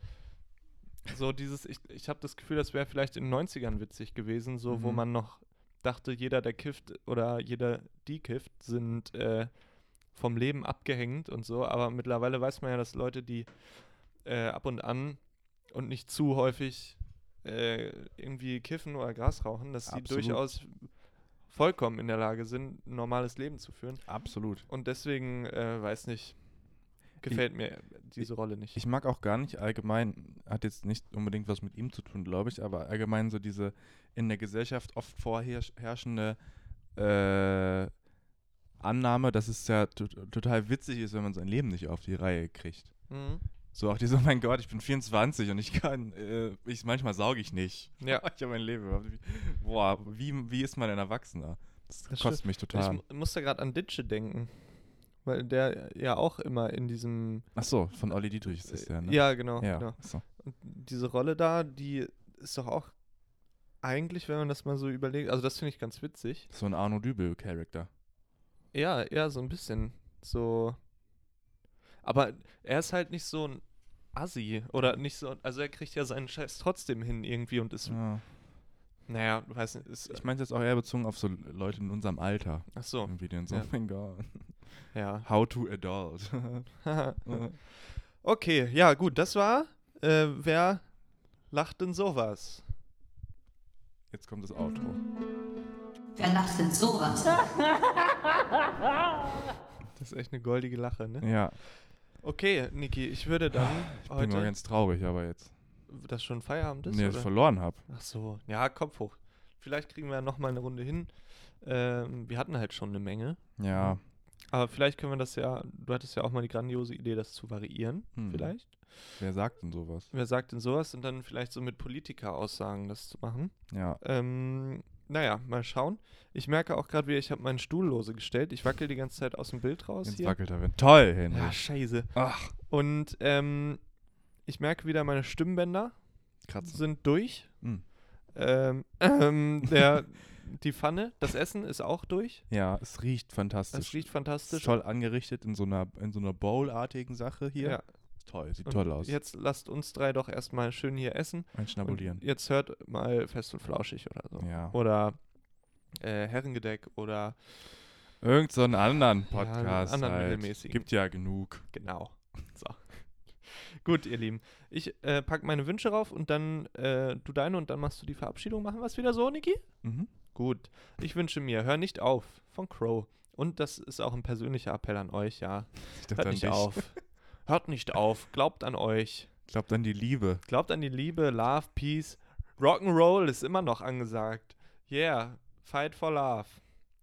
S3: So dieses, ich, ich habe das Gefühl, das wäre vielleicht in den 90ern witzig gewesen, so wo
S4: Mhm.
S3: man noch dachte, jeder, der kifft oder jeder, die kifft, sind äh, vom Leben abgehängt und so. Aber mittlerweile weiß man ja, dass Leute, die äh, ab und an und nicht zu häufig äh, irgendwie kiffen oder Gras rauchen, dass sie
S4: Absolut.
S3: durchaus vollkommen in der Lage sind, ein normales Leben zu führen.
S4: absolut.
S3: Und deswegen, äh, weiß nicht, gefällt mir diese Rolle nicht.
S4: Ich mag auch gar nicht allgemein, hat jetzt nicht unbedingt was mit ihm zu tun, glaube ich, aber allgemein so diese in der Gesellschaft oft vorherrschende äh, Annahme, dass es ja to total witzig ist, wenn man sein Leben nicht auf die Reihe kriegt.
S3: mhm.
S4: So auch diese, oh mein Gott, ich bin 24 und ich kann, äh, ich, manchmal sauge ich nicht.
S3: Ja.
S4: Ich habe mein Leben überhaupt nicht. Boah, wie, wie ist man ein Erwachsener? Das,
S3: Das
S4: kostet mich
S3: Ich
S4: total.
S3: mu- musste gerade an Ditsche denken. Weil der ja auch immer in diesem.
S4: Ach so, von Olli Dietrich ist das ja, ne?
S3: Ja, genau.
S4: ja.
S3: genau.
S4: ach So.
S3: Und diese Rolle da, die ist doch auch eigentlich, wenn man das mal so überlegt, also das finde ich ganz witzig.
S4: so ein Arno Dübel-Charakter.
S3: Ja, ja, so ein bisschen. So. Aber er ist halt nicht so ein Assi oder nicht so. Also er kriegt ja seinen Scheiß trotzdem hin irgendwie und ist.
S4: Ja.
S3: Naja, du weißt nicht, ist. äh,
S4: Ich meinte jetzt auch eher bezogen auf so Leute in unserem Alter.
S3: Ach so,
S4: Irgendwie den so,
S3: ja.
S4: oh mein Gott.
S3: ja.
S4: How to adult.
S3: okay, ja, gut, das war. Äh, wer lacht denn sowas?
S4: Jetzt kommt das Outro.
S5: Wer lacht denn sowas?
S3: Das ist echt eine goldige Lache, ne?
S4: Ja,
S3: Okay, Niki, ich würde dann
S4: ich bin mal
S3: heute,
S4: ganz traurig, aber jetzt.
S3: dass schon Feierabend ist,
S4: nee, dass ich
S3: oder?
S4: verloren habe.
S3: Ach so, ja, Kopf hoch. Vielleicht kriegen wir ja noch mal eine Runde hin. Ähm, wir hatten halt schon eine Menge,
S4: Ja,
S3: aber vielleicht können wir das ja, du hattest ja auch mal die grandiose Idee, das zu variieren,
S4: Hm.
S3: vielleicht.
S4: wer sagt denn sowas?
S3: Wer sagt denn sowas und dann vielleicht so mit Politiker-Aussagen das zu machen.
S4: Ja,
S3: Ähm, Naja, mal schauen. Ich merke auch gerade wieder, ich habe meinen Stuhl lose gestellt. Ich wackel die ganze Zeit aus dem Bild raus
S4: Jetzt
S3: hier.
S4: wackelt er wieder. Toll, Henry.
S3: Ja, scheiße.
S4: Ach,
S3: Und ähm, ich merke wieder, meine Stimmbänder
S4: kratzen.
S3: sind durch.
S4: Hm.
S3: Ähm, ähm, der, die Pfanne, das Essen ist auch durch.
S4: Ja, es riecht fantastisch.
S3: Das riecht
S4: Ist
S3: fantastisch.
S4: toll angerichtet in so einer, in so einer Bowl-artigen Sache hier.
S3: Ja.
S4: Ist Toll, sieht
S3: Und
S4: toll aus.
S3: Jetzt lasst uns drei doch erstmal schön hier essen.
S4: Ein
S3: Und
S4: Schnabulieren.
S3: jetzt hört mal fest und flauschig oder so.
S4: Ja.
S3: Oder äh, Herrengedeck oder
S4: Irgend so einen anderen
S3: Ja, einen
S4: Podcast.
S3: anderen
S4: halt.
S3: mittelmäßigen.
S4: Gibt ja genug.
S3: genau. So. Gut, ihr Lieben. Ich äh, pack meine Wünsche rauf und dann äh, du deine und dann machst du die Verabschiedung. Machen wir es wieder so, Niki?
S4: Mhm.
S3: Gut. Ich wünsche mir, hör nicht auf von Crow. Und das ist auch ein persönlicher Appell an euch, ja.
S4: Ich dachte
S3: Hört
S4: an
S3: nicht
S4: dich.
S3: auf. Hört nicht auf. Glaubt an euch.
S4: Glaubt an die Liebe.
S3: Glaubt an die Liebe, Love, Peace. Rock'n'Roll ist immer noch angesagt. Yeah, fight for love.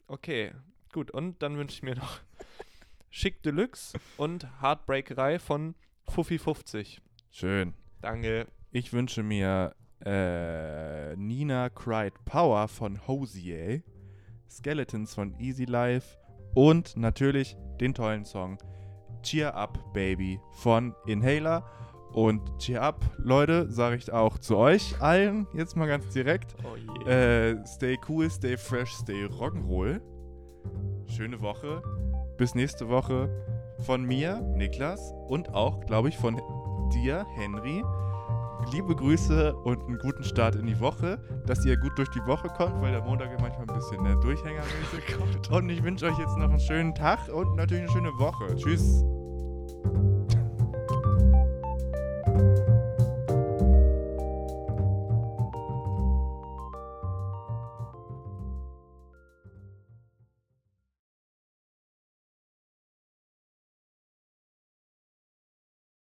S3: Okay, gut. Und dann wünsche ich mir noch Chic Deluxe und Heartbreakerei von Fuffi50.
S4: Schön.
S3: Danke.
S4: Ich wünsche mir äh, Nina Cried Power von Hosier, Skeletons von Easy Life und natürlich den tollen Song Cheer Up Baby von Inhaler. Und Cheer Up, Leute, sage ich auch zu euch allen, jetzt mal ganz direkt.
S3: Oh je.
S4: Äh, stay cool, stay fresh, stay rock'n'roll. Schöne Woche. Bis nächste Woche von mir, Niklas, und auch, glaube ich, von dir, Henry. Liebe Grüße und einen guten Start in die Woche, dass ihr gut durch die Woche kommt, weil der Montag ja manchmal ein bisschen ne, durchhängermäßig kommt. Und ich wünsche euch jetzt noch einen schönen Tag und natürlich eine schöne Woche. Tschüss.